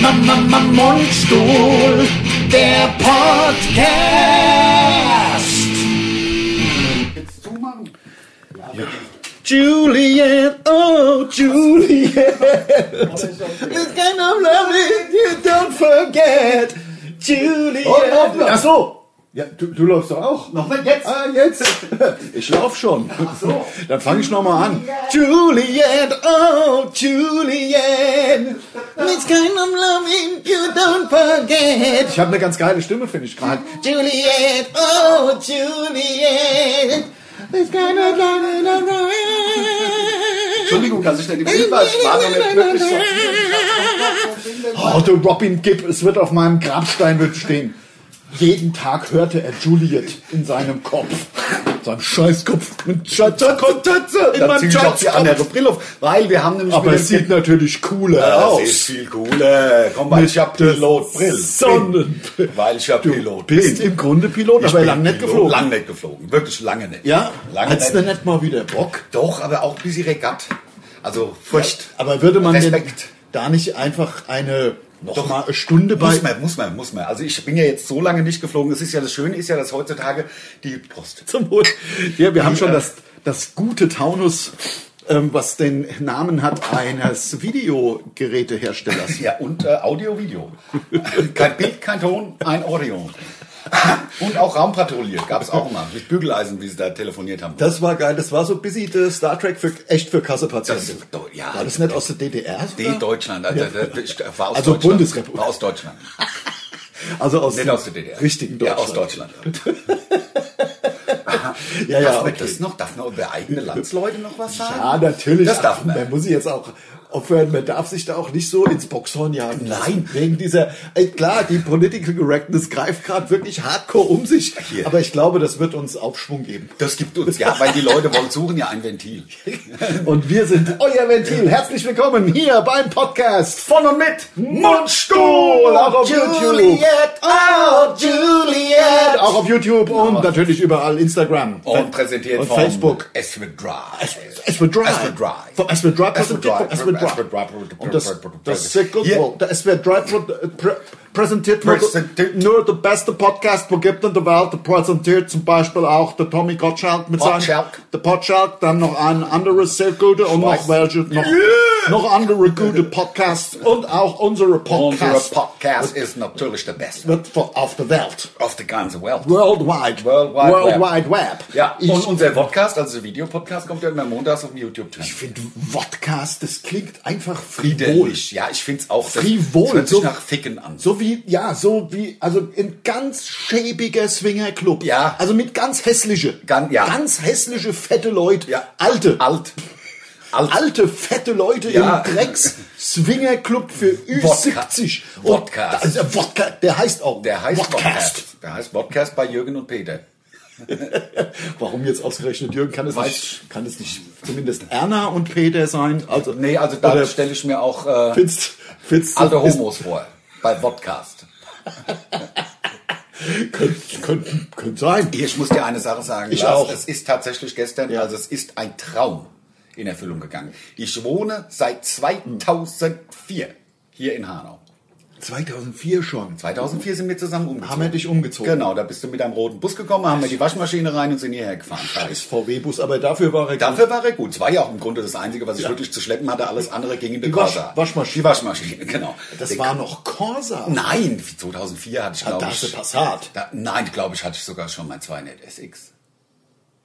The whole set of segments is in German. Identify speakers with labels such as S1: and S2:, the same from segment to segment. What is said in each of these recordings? S1: Mama Mundstuhl, der Podcast. Juliet, oh Juliet, this kind of love it, you don't forget. Juliet.
S2: Ach so. Ja, du, du läufst doch auch. Noch nicht jetzt. Ah, jetzt. Ich lauf schon. Ach so. Dann fange ich nochmal an.
S1: Juliet, oh Juliet, this kind of loving you don't forget.
S2: Ich habe eine ganz geile Stimme, finde ich gerade.
S1: Juliet, oh Juliet, this kind of loving I want.
S3: Entschuldigung, dass ich nicht im Bild war. Ich war noch nicht wirklich so.
S2: Oh, der Robin Gibb, es wird auf meinem Grabstein wird stehen. Jeden Tag hörte er Juliet in seinem Kopf. Seinem Scheißkopf. Mit Scheißkopf.
S3: Kommt Tatze in
S2: meinem
S3: meinem Job die
S2: Schatz-
S3: andere Brille auf, weil wir haben nämlich
S2: Aber
S3: mit
S2: es
S3: dem-
S2: sieht natürlich cooler
S3: das ist
S2: aus.
S3: viel cooler. Komm, weil ich hab Pilotbrille.
S2: Sonnenbrille.
S3: Weil ich ja Pilot
S2: Bist
S3: bin.
S2: im Grunde Pilot,
S3: Ich
S2: aber
S3: bin
S2: lang nicht
S3: Pilot,
S2: geflogen.
S3: Lang nicht geflogen, wirklich lange nicht.
S2: Ja,
S3: lange
S2: hat's
S3: nicht.
S2: denn nicht mal wieder Bock?
S3: Doch, aber auch ein bisschen Regatt. Also Furcht.
S2: Aber würde man
S3: Respekt.
S2: denn da nicht einfach eine noch
S3: Doch.
S2: mal eine Stunde bei
S3: Muss man, muss man, muss man. Also ich bin ja jetzt so lange nicht geflogen. Es ist ja das Schöne, ist ja, dass heutzutage die Prost.
S2: zum Wohl. Ja, wir haben schon das, das gute Taunus, ähm, was den Namen hat eines Videogeräteherstellers.
S3: Ja, und äh, Audio-Video. kein Bild, kein Ton, ein Audio. und auch Raumpatrouille gab es auch mal. Mit Bügeleisen, wie sie da telefoniert haben.
S2: Das war geil, das war so busy the Star Trek für echt für Kassepatienten.
S3: Das- doch, ja.
S2: war das nicht aus der DDR?
S3: Nee,
S2: sogar?
S3: Deutschland. Also, ich war aus
S2: Also
S3: Deutschland.
S2: Bundesrepublik.
S3: War aus Deutschland.
S2: Also aus,
S3: Nicht
S2: dem
S3: aus der DDR.
S2: richtigen Deutschland.
S3: Ja, aus Deutschland.
S2: Ja, ja,
S3: darf man
S2: okay.
S3: das noch? Darf man über eigene Landsleute noch was sagen?
S2: Ja, natürlich.
S3: Das darf man.
S2: Man muss sich jetzt auch aufhören. Man darf sich da auch nicht so ins Boxhorn jagen.
S3: Nein.
S2: Wegen dieser, ey, klar, die Political Correctness greift gerade wirklich hardcore um sich.
S3: Hier.
S2: Aber ich glaube, das wird uns Aufschwung geben.
S3: Das gibt uns, ja, weil die Leute wollen suchen ja ein Ventil.
S2: Und wir sind euer Ventil. Herzlich willkommen hier beim Podcast von und mit Mundstuhl. Auch auf YouTube.
S1: Juliet, oh Juliet.
S2: Auch auf YouTube und natürlich überall Instagram.
S3: Und präsentiert
S2: und
S3: von
S2: Facebook.
S3: Es wird dry.
S2: Es wird dry.
S3: Es wird dry.
S2: Vom Es wird dry.
S3: Es wird dry.
S2: Es wird
S3: Es wird
S2: dry.
S3: dry.
S2: Und das, das Sickle
S3: Hier.
S2: Bowl. Es wird dry. pro- prä- Präsentiert nur,
S3: Präsentiert.
S2: nur der beste Podcast, wo gibt in der Welt. Präsentiert zum Beispiel auch der Tommy Gottschalk mit seinem.
S3: Gottschalk.
S2: Der Potschalk. Dann noch ein anderes sehr gute und noch
S3: Schweiß.
S2: welche. Noch, noch andere gute Podcasts. Und auch unsere
S3: Unser
S2: Podcast
S3: Podcast ist natürlich der beste
S2: wird vor- auf der Welt.
S3: auf der ganzen Welt.
S2: Worldwide.
S3: World Wide Web.
S2: Wide Web.
S3: Ja,
S2: ich,
S3: und unser Podcast, also der Videopodcast, kommt ja immer montags auf dem
S2: ich
S3: YouTube-Channel.
S2: finde, Podcast, das klingt einfach frivol.
S3: Widerlich. Ja, ich find's auch. Das,
S2: Frivol.
S3: Das hört sich
S2: So-
S3: nach Ficken an.
S2: So wie, ja, so wie, also ein ganz schäbiger Swingerclub.
S3: Ja.
S2: Also mit ganz hässliche.
S3: Gan- ja.
S2: Ganz hässliche, fette Leute.
S3: Ja.
S2: Alte.
S3: Alt. Alt.
S2: Alte, fette Leute
S3: Ja.
S2: im Drecks. Swingerclub für Ü70. Und
S3: Wodcast.
S2: da ist der Wodka, der heißt auch.
S3: Der heißt
S2: Wodcast.
S3: Podcast. Der heißt Podcast bei Jürgen und Peter.
S2: Warum jetzt ausgerechnet Jürgen? Kann es
S3: Weiß-
S2: nicht, kann es nicht zumindest Erna und Peter sein? Also,
S3: Nee, also
S2: Oder
S3: da stelle ich mir auch äh,
S2: Fitz, Fitz,
S3: alte
S2: ist-
S3: Homos vor. Bei Podcast.
S2: Könnte könnte- könnte sein.
S3: Hier, ich muss dir eine Sache sagen.
S2: Ich
S3: Lars,
S2: auch.
S3: Es ist tatsächlich gestern,
S2: Ja.
S3: also es ist ein Traum in Erfüllung gegangen. Ich wohne seit 2004 hier in Hanau.
S2: 2004 schon.
S3: 2004 sind wir zusammen umgezogen.
S2: Haben wir dich umgezogen.
S3: Genau, da bist du mit einem roten Bus gekommen, haben wir die Waschmaschine rein und sind hierher gefahren.
S2: Scheiß VW-Bus, aber dafür war er
S3: Dafür war er gut. Es war ja auch im Grunde das Einzige, was ich
S2: Ja.
S3: wirklich zu schleppen hatte. Alles andere ging in den
S2: Die Wasch-
S3: Corsa.
S2: Waschmaschine.
S3: Die Waschmaschine, genau.
S2: Das
S3: Den-
S2: war noch Corsa.
S3: Nein, 2004 hatte ich,
S2: Ah,
S3: glaube
S2: da
S3: ich...
S2: hast du Passat.
S3: Da, nein, glaube ich, hatte ich sogar schon mein 200 SX.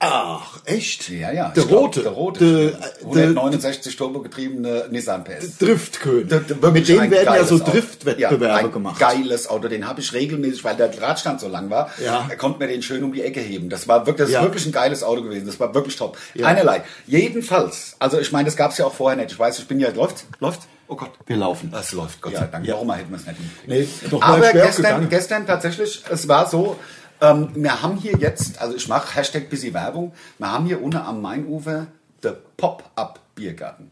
S2: Ach, echt?
S3: Ja, ja.
S2: Der
S3: ich glaub,
S2: rote.
S3: Der rote. stimmt.
S2: Der, der
S3: 169 turbogetriebene Nissan PS.
S2: Driftkönig.
S3: Der- der- wirklich
S2: Mit dem
S3: ein
S2: werden ja
S3: geiles
S2: so
S3: Auto.
S2: Driftwettbewerbe
S3: Ja, ein
S2: gemacht.
S3: Geiles Auto, den habe ich regelmäßig, weil der Radstand so lang war,
S2: Ja.
S3: er konnte mir den schön um die Ecke heben. Das war wirklich, das
S2: Ja.
S3: ist wirklich ein geiles Auto gewesen. Das war wirklich top. Einerlei. Jedenfalls, also ich meine, das gab es ja auch vorher nicht. Ich weiß, ich bin ja, läuft, läuft. Oh Gott.
S2: Wir laufen.
S3: Das läuft, Gott
S2: Ja.
S3: sei Dank.
S2: Ja.
S3: Warum mal hätten wir es nicht hingekriegt?
S2: Nee, noch mal
S3: Aber
S2: schwer
S3: gestern,
S2: gegangen.
S3: gestern tatsächlich, es war so, ähm, wir haben hier jetzt, also ich mache Hashtag busy Werbung, wir haben hier unten am Mainufer der Pop-Up Biergarten.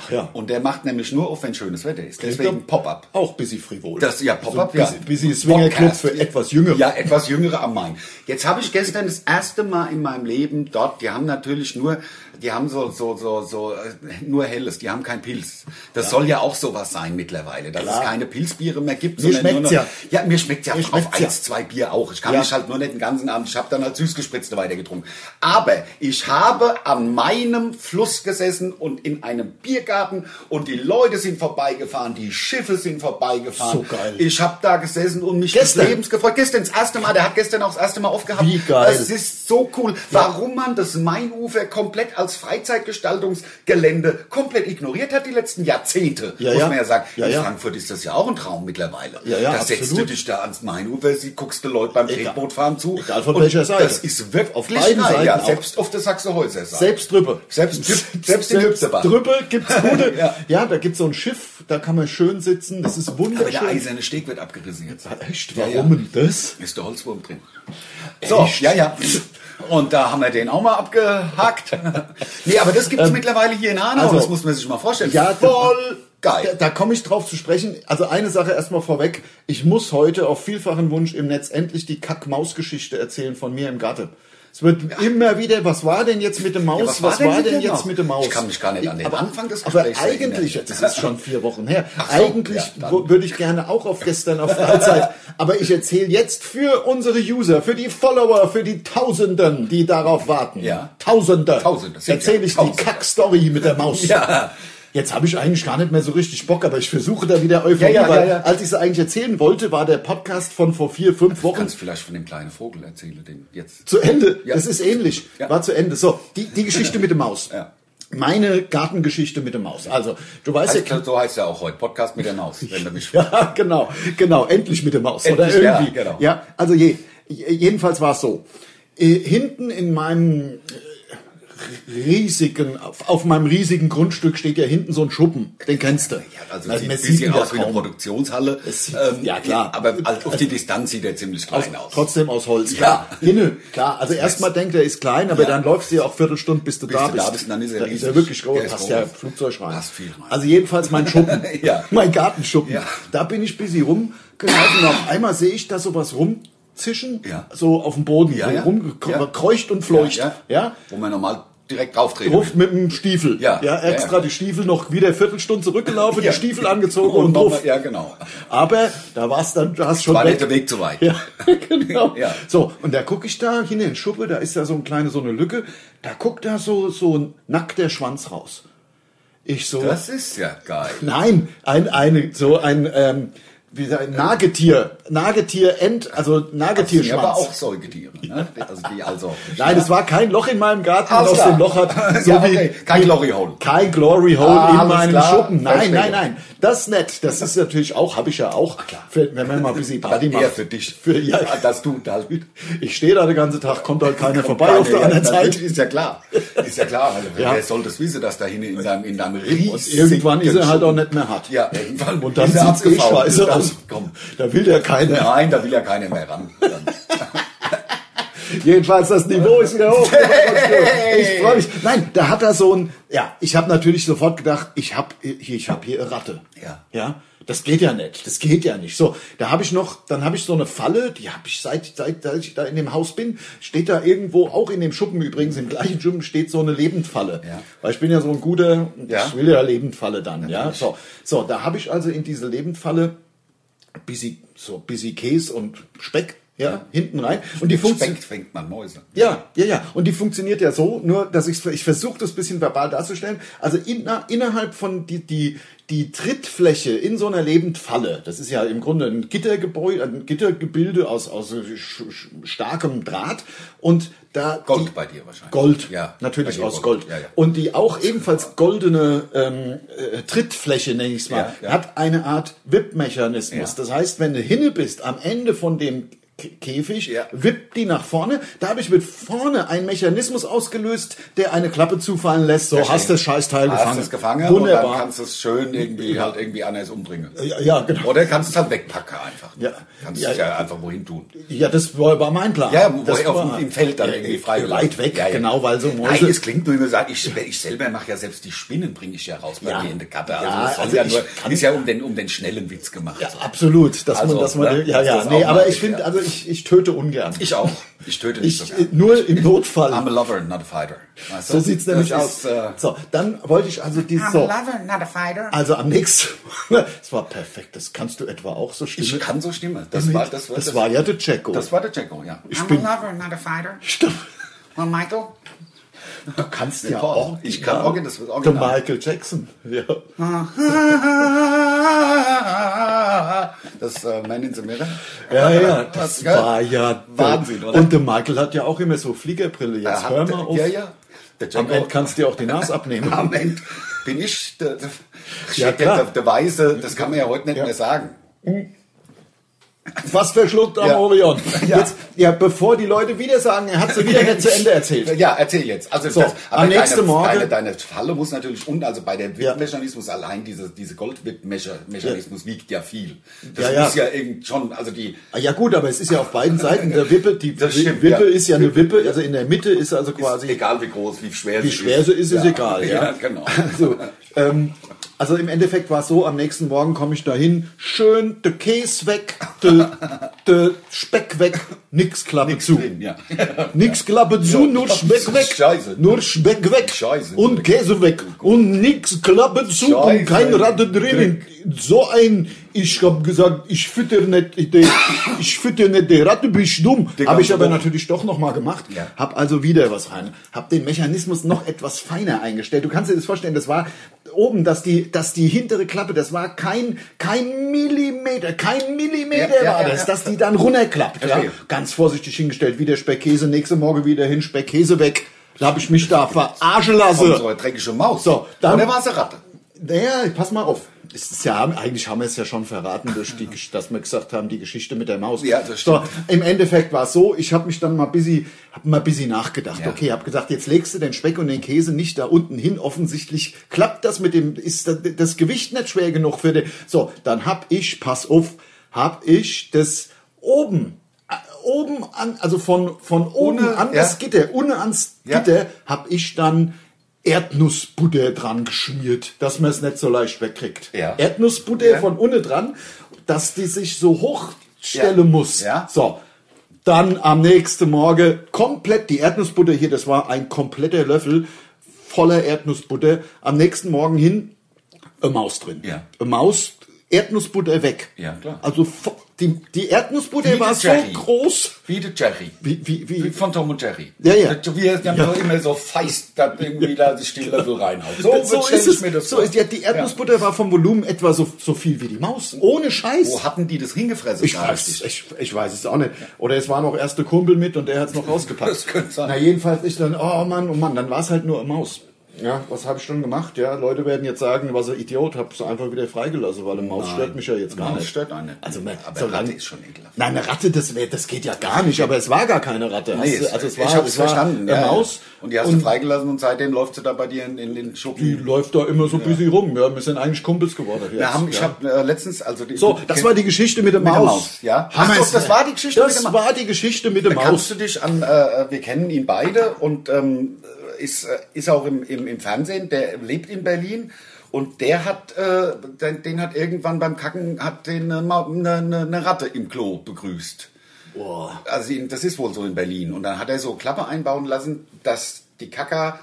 S2: Ach ja.
S3: Und der macht nämlich nur auf, wenn schönes Wetter ist.
S2: Klingt
S3: Deswegen
S2: doch
S3: Pop-Up.
S2: Auch busy frivol.
S3: Das, ja, Pop-Up, ja.
S2: Busy, busy Swingerclub
S3: Podcast.
S2: für etwas Jüngere.
S3: Ja, etwas jüngere am Main. Jetzt habe ich gestern das erste Mal in meinem Leben dort, die haben natürlich nur die haben so, so, so, so, äh, nur Helles, die haben kein Pilz. Das soll ja auch sowas sein mittlerweile, dass
S2: Klar.
S3: es keine Pilzbiere mehr gibt.
S2: Mir
S3: sondern nur
S2: schmeckt's
S3: noch, ja. mir schmeckt ja
S2: Mir
S3: auf
S2: schmeckt's ja.
S3: eins, zwei Bier auch. Ich kann
S2: Ja.
S3: mich halt nur nicht den ganzen Abend, ich habe dann halt Süßgespritzte weitergetrunken. Aber ich habe an meinem Fluss gesessen und in einem Biergarten und die Leute sind vorbeigefahren, die Schiffe sind vorbeigefahren.
S2: So geil.
S3: Ich habe da gesessen und mich
S2: Gestern?
S3: des Lebens gefreut. Gestern das erste Mal, der hat gestern auch das erste Mal aufgehabt.
S2: Wie geil.
S3: Es ist so cool, warum man das Mainufer komplett als Freizeitgestaltungsgelände komplett ignoriert hat die letzten Jahrzehnte,
S2: Ja,
S3: muss
S2: ja.
S3: man ja sagen.
S2: Ja,
S3: In
S2: ja.
S3: Frankfurt ist das ja auch ein Traum mittlerweile.
S2: Ja, ja,
S3: da
S2: absolut.
S3: setzt du dich da ans Mainufer, sie guckst den Leuten beim
S2: Egal.
S3: Tretbootfahren zu.
S2: Egal von welcher Seite.
S3: Das ist wirklich
S2: Auf beiden
S3: geil, ja,
S2: Seiten auch.
S3: selbst auf der Sachsenhäuser Seite.
S2: Selbst drüber.
S3: Selbst- selbst in Lübzerbach.
S2: drüber gibt's gute. ja.
S3: Ja.
S2: da gibt's so ein Schiff, da kann man schön sitzen, das ist
S3: Aber der
S2: wunderschön.
S3: eiserne Steg wird abgerissen jetzt.
S2: Echt,
S3: Ja,
S2: warum
S3: ja.
S2: denn das?
S3: Ist der Holzwurm drin. So, ja, ja. Und da haben wir den auch mal abgehackt. nee, aber das gibt es mittlerweile hier in Hanau.
S2: Ähm, also-
S3: das muss man sich mal vorstellen.
S2: Ja,
S3: voll
S2: Da,
S3: geil.
S2: da komme ich drauf zu sprechen. Also eine Sache erstmal vorweg. Ich muss heute auf vielfachen Wunsch im Netz endlich die Kack-Maus-Geschichte erzählen von mir im Garten. Es wird immer wieder, was war denn jetzt mit der Maus?
S3: Ja,
S2: was, war denn,
S3: mit der
S2: jetzt
S3: Maus?
S2: mit der Maus?
S3: genau? Ich kann mich gar nicht an den
S2: aber,
S3: Anfang des
S2: Aber
S3: Gesprächs
S2: eigentlich,
S3: erinnern.
S2: das ist schon vier Wochen her,
S3: Ach so,
S2: eigentlich
S3: ja, dann.
S2: wo- würde ich gerne auch auf gestern auf Freizeit. aber ich erzähle jetzt für unsere User, für die Follower, für die Tausenden, die darauf warten.
S3: Ja.
S2: Tausende.
S3: Tausende, sind
S2: Erzähle
S3: ja
S2: ich die
S3: Tausende.
S2: Kack-Story mit der Maus.
S3: Ja.
S2: Jetzt habe ich eigentlich gar nicht mehr so richtig Bock, aber ich versuche da wieder Euphorie,
S3: Ja, ja, ja,
S2: weil
S3: ja.
S2: als ich es eigentlich erzählen wollte, war der Podcast von vor vier, fünf
S3: Du
S2: Wochen
S3: kannst vielleicht von dem kleinen Vogel erzählen, den jetzt.
S2: zu Ende.
S3: Ja.
S2: Das ist ähnlich.
S3: Ja.
S2: War zu Ende. So, die, die Geschichte mit der Maus.
S3: Ja.
S2: Meine Gartengeschichte mit der Maus. Also, du weißt ja,
S3: Heißt, so heißt er auch heute. Podcast mit der Maus, wenn du mich
S2: ja, genau, genau, endlich mit der Maus
S3: Endlich,
S2: oder irgendwie.
S3: ja, genau.
S2: ja also je, jedenfalls war es so. Äh, Hinten in meinem äh, riesigen, auf, auf meinem riesigen Grundstück steht ja hinten so ein Schuppen. Den kennst du.
S3: Ja, also
S2: Man
S3: sieht
S2: sieht
S3: ein
S2: ihn
S3: bisschen
S2: ja
S3: aus wie eine
S2: kaum.
S3: Produktionshalle.
S2: Es sieht-
S3: Ähm,
S2: ja, klar.
S3: Aber als- auf die Distanz sieht er ziemlich klein aus.
S2: Trotzdem aus Holz, klar. Hinne, klar. Also erstmal denkt er, ist klein, aber dann läufst du ja auch Viertelstunde, bis du da
S3: du
S2: bist.
S3: da bist, und dann ist er
S2: Dann
S3: riesig.
S2: wirklich groß.
S3: Der ist
S2: Hast
S3: groß.
S2: ja Flugzeug rein.
S3: Passt viel rein.
S2: Also jedenfalls mein Schuppen.
S3: Ja.
S2: Mein Gartenschuppen.
S3: Ja.
S2: Da bin ich busy rumgelaufen und auf einmal sehe ich da sowas rumzischen.
S3: Ja.
S2: So auf dem Boden.
S3: Ja,
S2: so
S3: ja. Ja.
S2: rumgekreucht und fleucht.
S3: Ja,
S2: ja?
S3: Wo man normal direkt drauftreten
S2: Ruft mit dem Stiefel.
S3: Ja.
S2: ja
S3: Ja, ja.
S2: extra die Stiefel noch wieder Viertelstunde zurückgelaufen,
S3: Ja.
S2: die Stiefel angezogen und,
S3: Und
S2: ruft.
S3: nochmal, ja, genau.
S2: Aber da war's dann, du hast schon
S3: War
S2: weg.
S3: nicht der Weg zu weit.
S2: Ja, genau.
S3: Ja.
S2: So, und da gucke ich da hin in den Schuppe, da ist da so eine kleine, so eine Lücke, da guckt da so, so ein nackter Schwanz raus. Ich so,
S3: Das ist ja geil.
S2: nein, ein, eine, so ein, ähm, wie sagt- ein Nagetier, Nagetier, End, also
S3: Das sind aber
S2: Nagetierschwanz.
S3: auch Säugetiere. Ne? Also die also.
S2: Nein, es war kein Loch in meinem Garten,
S3: Alles
S2: aus
S3: klar.
S2: dem Loch hat.
S3: Ja, okay. Kein Glory Hole.
S2: Kein Glory Hole
S3: Ah,
S2: in
S3: alles
S2: meinem
S3: klar.
S2: Schuppen. Nein,
S3: Verstehe.
S2: nein, nein. Das nett. Das ist natürlich auch, habe ich ja auch. Für, wenn man mal ein bisschen Party
S3: eher
S2: macht.
S3: für dich.
S2: Für, ja,
S3: Dass du da
S2: Ich stehe da den ganzen Tag, kommt halt keiner vorbei auf der
S3: Ja,
S2: anderen
S3: natürlich,
S2: Seite.
S3: Ist ja klar. Ist ja klar. Also,
S2: Ja.
S3: Wer soll das wissen, dass da hinten in deinem, in deinem
S2: Und
S3: riesigen
S2: irgendwann ist er halt auch
S3: Schuppen-
S2: nicht mehr hart.
S3: Ja, irgendwann
S2: Und dann
S3: ist er
S2: sieht's eh
S3: abgefault.
S2: scheiße
S3: Dann-
S2: aus.
S3: Komm.
S2: Da will ja keiner.
S3: Nein, da will ja keiner mehr ran. Dann-
S2: Jedenfalls das Niveau ist wieder hoch. Ich freue mich. Nein, da hat er so ein. Ja, ich habe natürlich sofort gedacht, ich habe hier, ich habe hier eine Ratte.
S3: Ja.
S2: Ja. Das geht ja nicht. Das geht ja nicht. So, da habe ich noch, dann habe ich so eine Falle, die habe ich seit, seit, seit ich da in dem Haus bin, steht da irgendwo, auch in dem Schuppen übrigens, im gleichen Schuppen steht so eine Lebendfalle.
S3: Ja.
S2: Weil ich bin ja so ein guter,
S3: Ja.
S2: ich will ja Lebendfalle dann, ja. So, so, da habe ich also in diese Lebendfalle busy, so busy Käse und Speck, ja, hinten rein. Und die Funktion,
S3: Speck fängt man Mäuse.
S2: ja, ja, ja. Und die funktioniert ja so, nur dass ich ich versuche das bisschen verbal darzustellen. Also in, innerhalb von die die die Trittfläche in so einer Lebendfalle. Das ist ja im Grunde ein Gittergebäude, ein Gittergebilde aus aus äh, sch- sch- starkem Draht und da
S3: Gold
S2: die,
S3: bei dir wahrscheinlich.
S2: Gold, ja,
S3: Ja,
S2: natürlich
S3: bei dir
S2: aus Gold.
S3: Gold. Ja, ja.
S2: Und die auch ebenfalls goldene ähm, äh, Trittfläche, nenn ich's mal,
S3: Ja, ja.
S2: hat eine Art Wippmechanismus.
S3: Ja.
S2: Das heißt, wenn du hinne bist, am Ende von dem K- Käfig,
S3: Ja.
S2: wippt die nach vorne. Dadurch wird vorne ein Mechanismus ausgelöst, der eine Klappe zufallen lässt. So hast du das Scheißteil
S3: Hast
S2: gefangen.
S3: es gefangen
S2: Wunderbar.
S3: und dann kannst du es schön irgendwie halt irgendwie anders umbringen.
S2: ja, ja, genau.
S3: Oder kannst es halt wegpacken einfach.
S2: Ja.
S3: Kannst
S2: Ja,
S3: es ja einfach wohin tun.
S2: Ja, das war, war mein Plan.
S3: Ja, wo
S2: das
S3: er auf
S2: war-
S3: dem, im Feld dann
S2: Ja,
S3: irgendwie frei
S2: Weit weg,
S3: ja, ja.
S2: genau, weil so
S3: Nein, es klingt nur immer sagen, ich, ich selber mache ja selbst die Spinnen, bringe ich ja raus bei
S2: Ja.
S3: mir in der Kappe.
S2: Ja,
S3: Also,
S2: also
S3: es soll ja
S2: ich
S3: nur,
S2: kann-
S3: ist ja um den, um den schnellen Witz gemacht.
S2: Ja, absolut. Dass
S3: Also,
S2: man, dass man,
S3: ne?
S2: ja, ja,
S3: Das ist
S2: nee,
S3: auch
S2: aber
S3: mal-
S2: ich finde,
S3: ja.
S2: also ich, ich töte ungern.
S3: Ich auch. Ich töte nicht
S2: Ich,
S3: so
S2: äh,
S3: gerne.
S2: nur im Notfall.
S3: I'm a lover, not a fighter. Weißt
S2: so
S3: du?
S2: sieht's nämlich
S3: Das
S2: aus.
S3: Ist, äh,
S2: so, dann wollte ich also die so.
S4: lover, not a fighter.
S2: Also am nächsten. das war perfekt. Das kannst du etwa auch so stimmen.
S3: ich kann so stimmen. Das war, das war,
S2: das war ja der Jacko.
S3: das war der Jacko, ja.
S2: ich
S4: I'm
S2: bin-
S4: a lover, not a fighter.
S2: Stimmt.
S4: Well, Michael,
S2: Du kannst ja
S3: Paul.
S2: auch.
S3: Oh, Ich kann auch, das ist
S2: Der
S3: original.
S2: Michael Jackson. Ja.
S3: Das äh, Man in the Mirror.
S2: Ja, ja, das
S3: gell?
S2: war ja
S3: Wahnsinn, oder?
S2: Und der Michael hat ja auch immer so Fliegerbrille.
S3: Er
S2: Jetzt
S3: hat-
S2: hör mal auf.
S3: Ja, ja. Der
S2: Am Ende
S3: Django.
S2: kannst du dir auch die Nase abnehmen.
S3: Am Ende bin ich der, der,
S2: Ja,
S3: der,
S2: klar.
S3: der, der Weise. Das kann man ja heute nicht
S2: Ja.
S3: mehr sagen.
S2: Fast verschluckt am
S3: Ja.
S2: Orion.
S3: Ja.
S2: Jetzt, ja, bevor die Leute wieder sagen, er hat sie wieder nicht zu Ende erzählt.
S3: Ja, erzähl jetzt. Also
S2: So,
S3: aber
S2: am nächsten
S3: deine,
S2: Morgen-
S3: Deine, deine Falle muss natürlich unten, also bei der
S2: Ja.
S3: WIP-Mechanismus allein, diese, diese Gold-WIP-Mechanismus wiegt ja viel. Das
S2: Ja, ja.
S3: muss ja irgend schon, also die,
S2: Ah, Ja gut, aber es ist ja auf beiden Seiten der Wippe. Die
S3: Das stimmt,
S2: Wippe
S3: ja.
S2: ist ja eine Wippe, also in der Mitte ist also quasi
S3: egal wie groß, wie schwer
S2: Wie schwer sie ist, ist
S3: Ja.
S2: egal. Ja,
S3: ja genau.
S2: Also, ähm, also im Endeffekt war es so, am nächsten Morgen komme ich dahin, schön der Käse weg, der de Speck weg, nix Klappe zu.
S3: drin, ja.
S2: Nix Klappe zu,
S3: Ja.
S2: nur Speck weg.
S3: Scheiße.
S2: Nur Speck weg.
S3: Scheiße.
S2: Und Käse weg. Und nix Klappe zu
S3: Scheiße.
S2: und kein Ratte drin. So ein, ich habe gesagt, ich fütter nicht, die, ich fütter nicht die Ratte, bist dumm.
S3: Die
S2: Habe ich
S3: ganze
S2: aber
S3: Woche.
S2: natürlich doch nochmal gemacht.
S3: Ja.
S2: Hab also wieder was rein. Hab den Mechanismus noch etwas feiner eingestellt. Du kannst dir das vorstellen, das war oben, dass die, dass die hintere Klappe, das war kein, kein Millimeter, kein Millimeter
S3: Ja, ja,
S2: war
S3: ja,
S2: das,
S3: ja.
S2: dass die dann runterklappt. Ja.
S3: Verstehe.
S2: Ganz vorsichtig hingestellt, wieder Speckkäse, nächste Morgen wieder hin, Speckkäse weg. Da hab ich mich da verarschen lassen.
S3: Unsere dreckige Maus.
S2: So, dann-
S3: Oder war es eine Ratte?
S2: Naja, pass mal auf. Es ist ja, eigentlich haben wir es ja schon verraten, durch die, Gesch- dass wir gesagt haben, die Geschichte mit der Maus.
S3: Ja, das
S2: so, Im Endeffekt war es so, ich habe mich dann mal busy, hab mal busy nachgedacht.
S3: Ja.
S2: Okay, habe gesagt, jetzt legst du den Speck und den Käse nicht da unten hin. Offensichtlich klappt das mit dem, ist das, das Gewicht nicht schwer genug für den. So, dann hab ich, pass auf, hab ich das oben, äh, oben an, also von, von oben
S3: Ohne,
S2: an
S3: ja.
S2: das Gitter, ohne ans
S3: Ja.
S2: Gitter, hab ich dann Erdnussbutter dran geschmiert, dass man es nicht so leicht wegkriegt.
S3: Ja.
S2: Erdnussbutter
S3: Ja.
S2: von unten dran, dass die sich so hochstellen
S3: Ja.
S2: muss.
S3: Ja.
S2: So. Dann am nächsten Morgen komplett die Erdnussbutter hier, das war ein kompletter Löffel voller Erdnussbutter. Am nächsten Morgen hin, eine Maus drin.
S3: Ja.
S2: Eine Maus, Erdnussbutter weg.
S3: Ja, klar.
S2: Also vo- die, die Erdnussbutter
S3: Wie
S2: war
S3: das
S2: so
S3: Jerry.
S2: groß.
S3: Wie der Jerry.
S2: Wie, wie, wie,
S3: Wie von Tom und Jerry.
S2: Ja, ja.
S3: Der- Wir haben doch immer so feist, da irgendwie da sich die Löffel reinhaut.
S2: So,
S3: So,
S2: ist
S3: stelle ich
S2: es.
S3: mir das
S2: so
S3: vor.
S2: ist, ja, die Erdnussbutter war vom Volumen etwa so, so viel wie die Maus. Ohne Scheiß.
S3: Wo hatten die das hingefressen?
S2: Ich
S3: Gar
S2: weiß,
S3: nicht.
S2: es, ich, ich weiß es auch nicht. Oder es war noch erst der Kumpel mit und der hat es noch rausgepackt.
S3: Das könnte sein.
S2: Na, jedenfalls ich dann, oh Mann, oh Mann, dann war es halt nur eine Maus. Ja, was habe ich schon gemacht? Ja, Leute werden jetzt sagen, was ein Idiot, habe es einfach wieder freigelassen, weil eine Maus stört mich ja jetzt gar
S3: Maus
S2: nicht.
S3: stört einen nicht.
S2: Also, man,
S3: Aber
S2: solange-
S3: Ratte ist schon ekelhaft.
S2: Nein, eine Ratte, das, wär, das geht ja gar nicht, aber es war gar keine Ratte.
S3: Nee,
S2: Hast du- also es war,
S3: ich hab's
S2: es war
S3: verstanden.
S2: eine
S3: ja, ja.
S2: Maus
S3: Und die hast du freigelassen und seitdem läuft sie da bei dir in, in den Schuppen.
S2: die läuft da immer so ein bisschen rum. Ja, wir sind eigentlich Kumpels geworden. Jetzt,
S3: Mhm. Wir haben,
S2: ja.
S3: ich habe äh, letztens, also die,
S2: so, das war die Geschichte mit der
S3: Mit
S2: Maus.
S3: der Maus, ja. Ach so, das war die Geschichte
S2: das
S3: mit der Maus.
S2: war die Geschichte mit der
S3: Da kannst
S2: Maus.
S3: du dich an, äh, wir kennen ihn beide und ähm, ist, äh, ist auch im, im, im Fernsehen, der lebt in Berlin und der hat, äh, den, den hat irgendwann beim Kacken, hat den eine, Ma- eine, eine- eine Ratte im Klo begrüßt.
S2: Boah.
S3: Also ihn- das ist wohl so in Berlin. Und dann hat er so Klappe einbauen lassen, dass die Kacker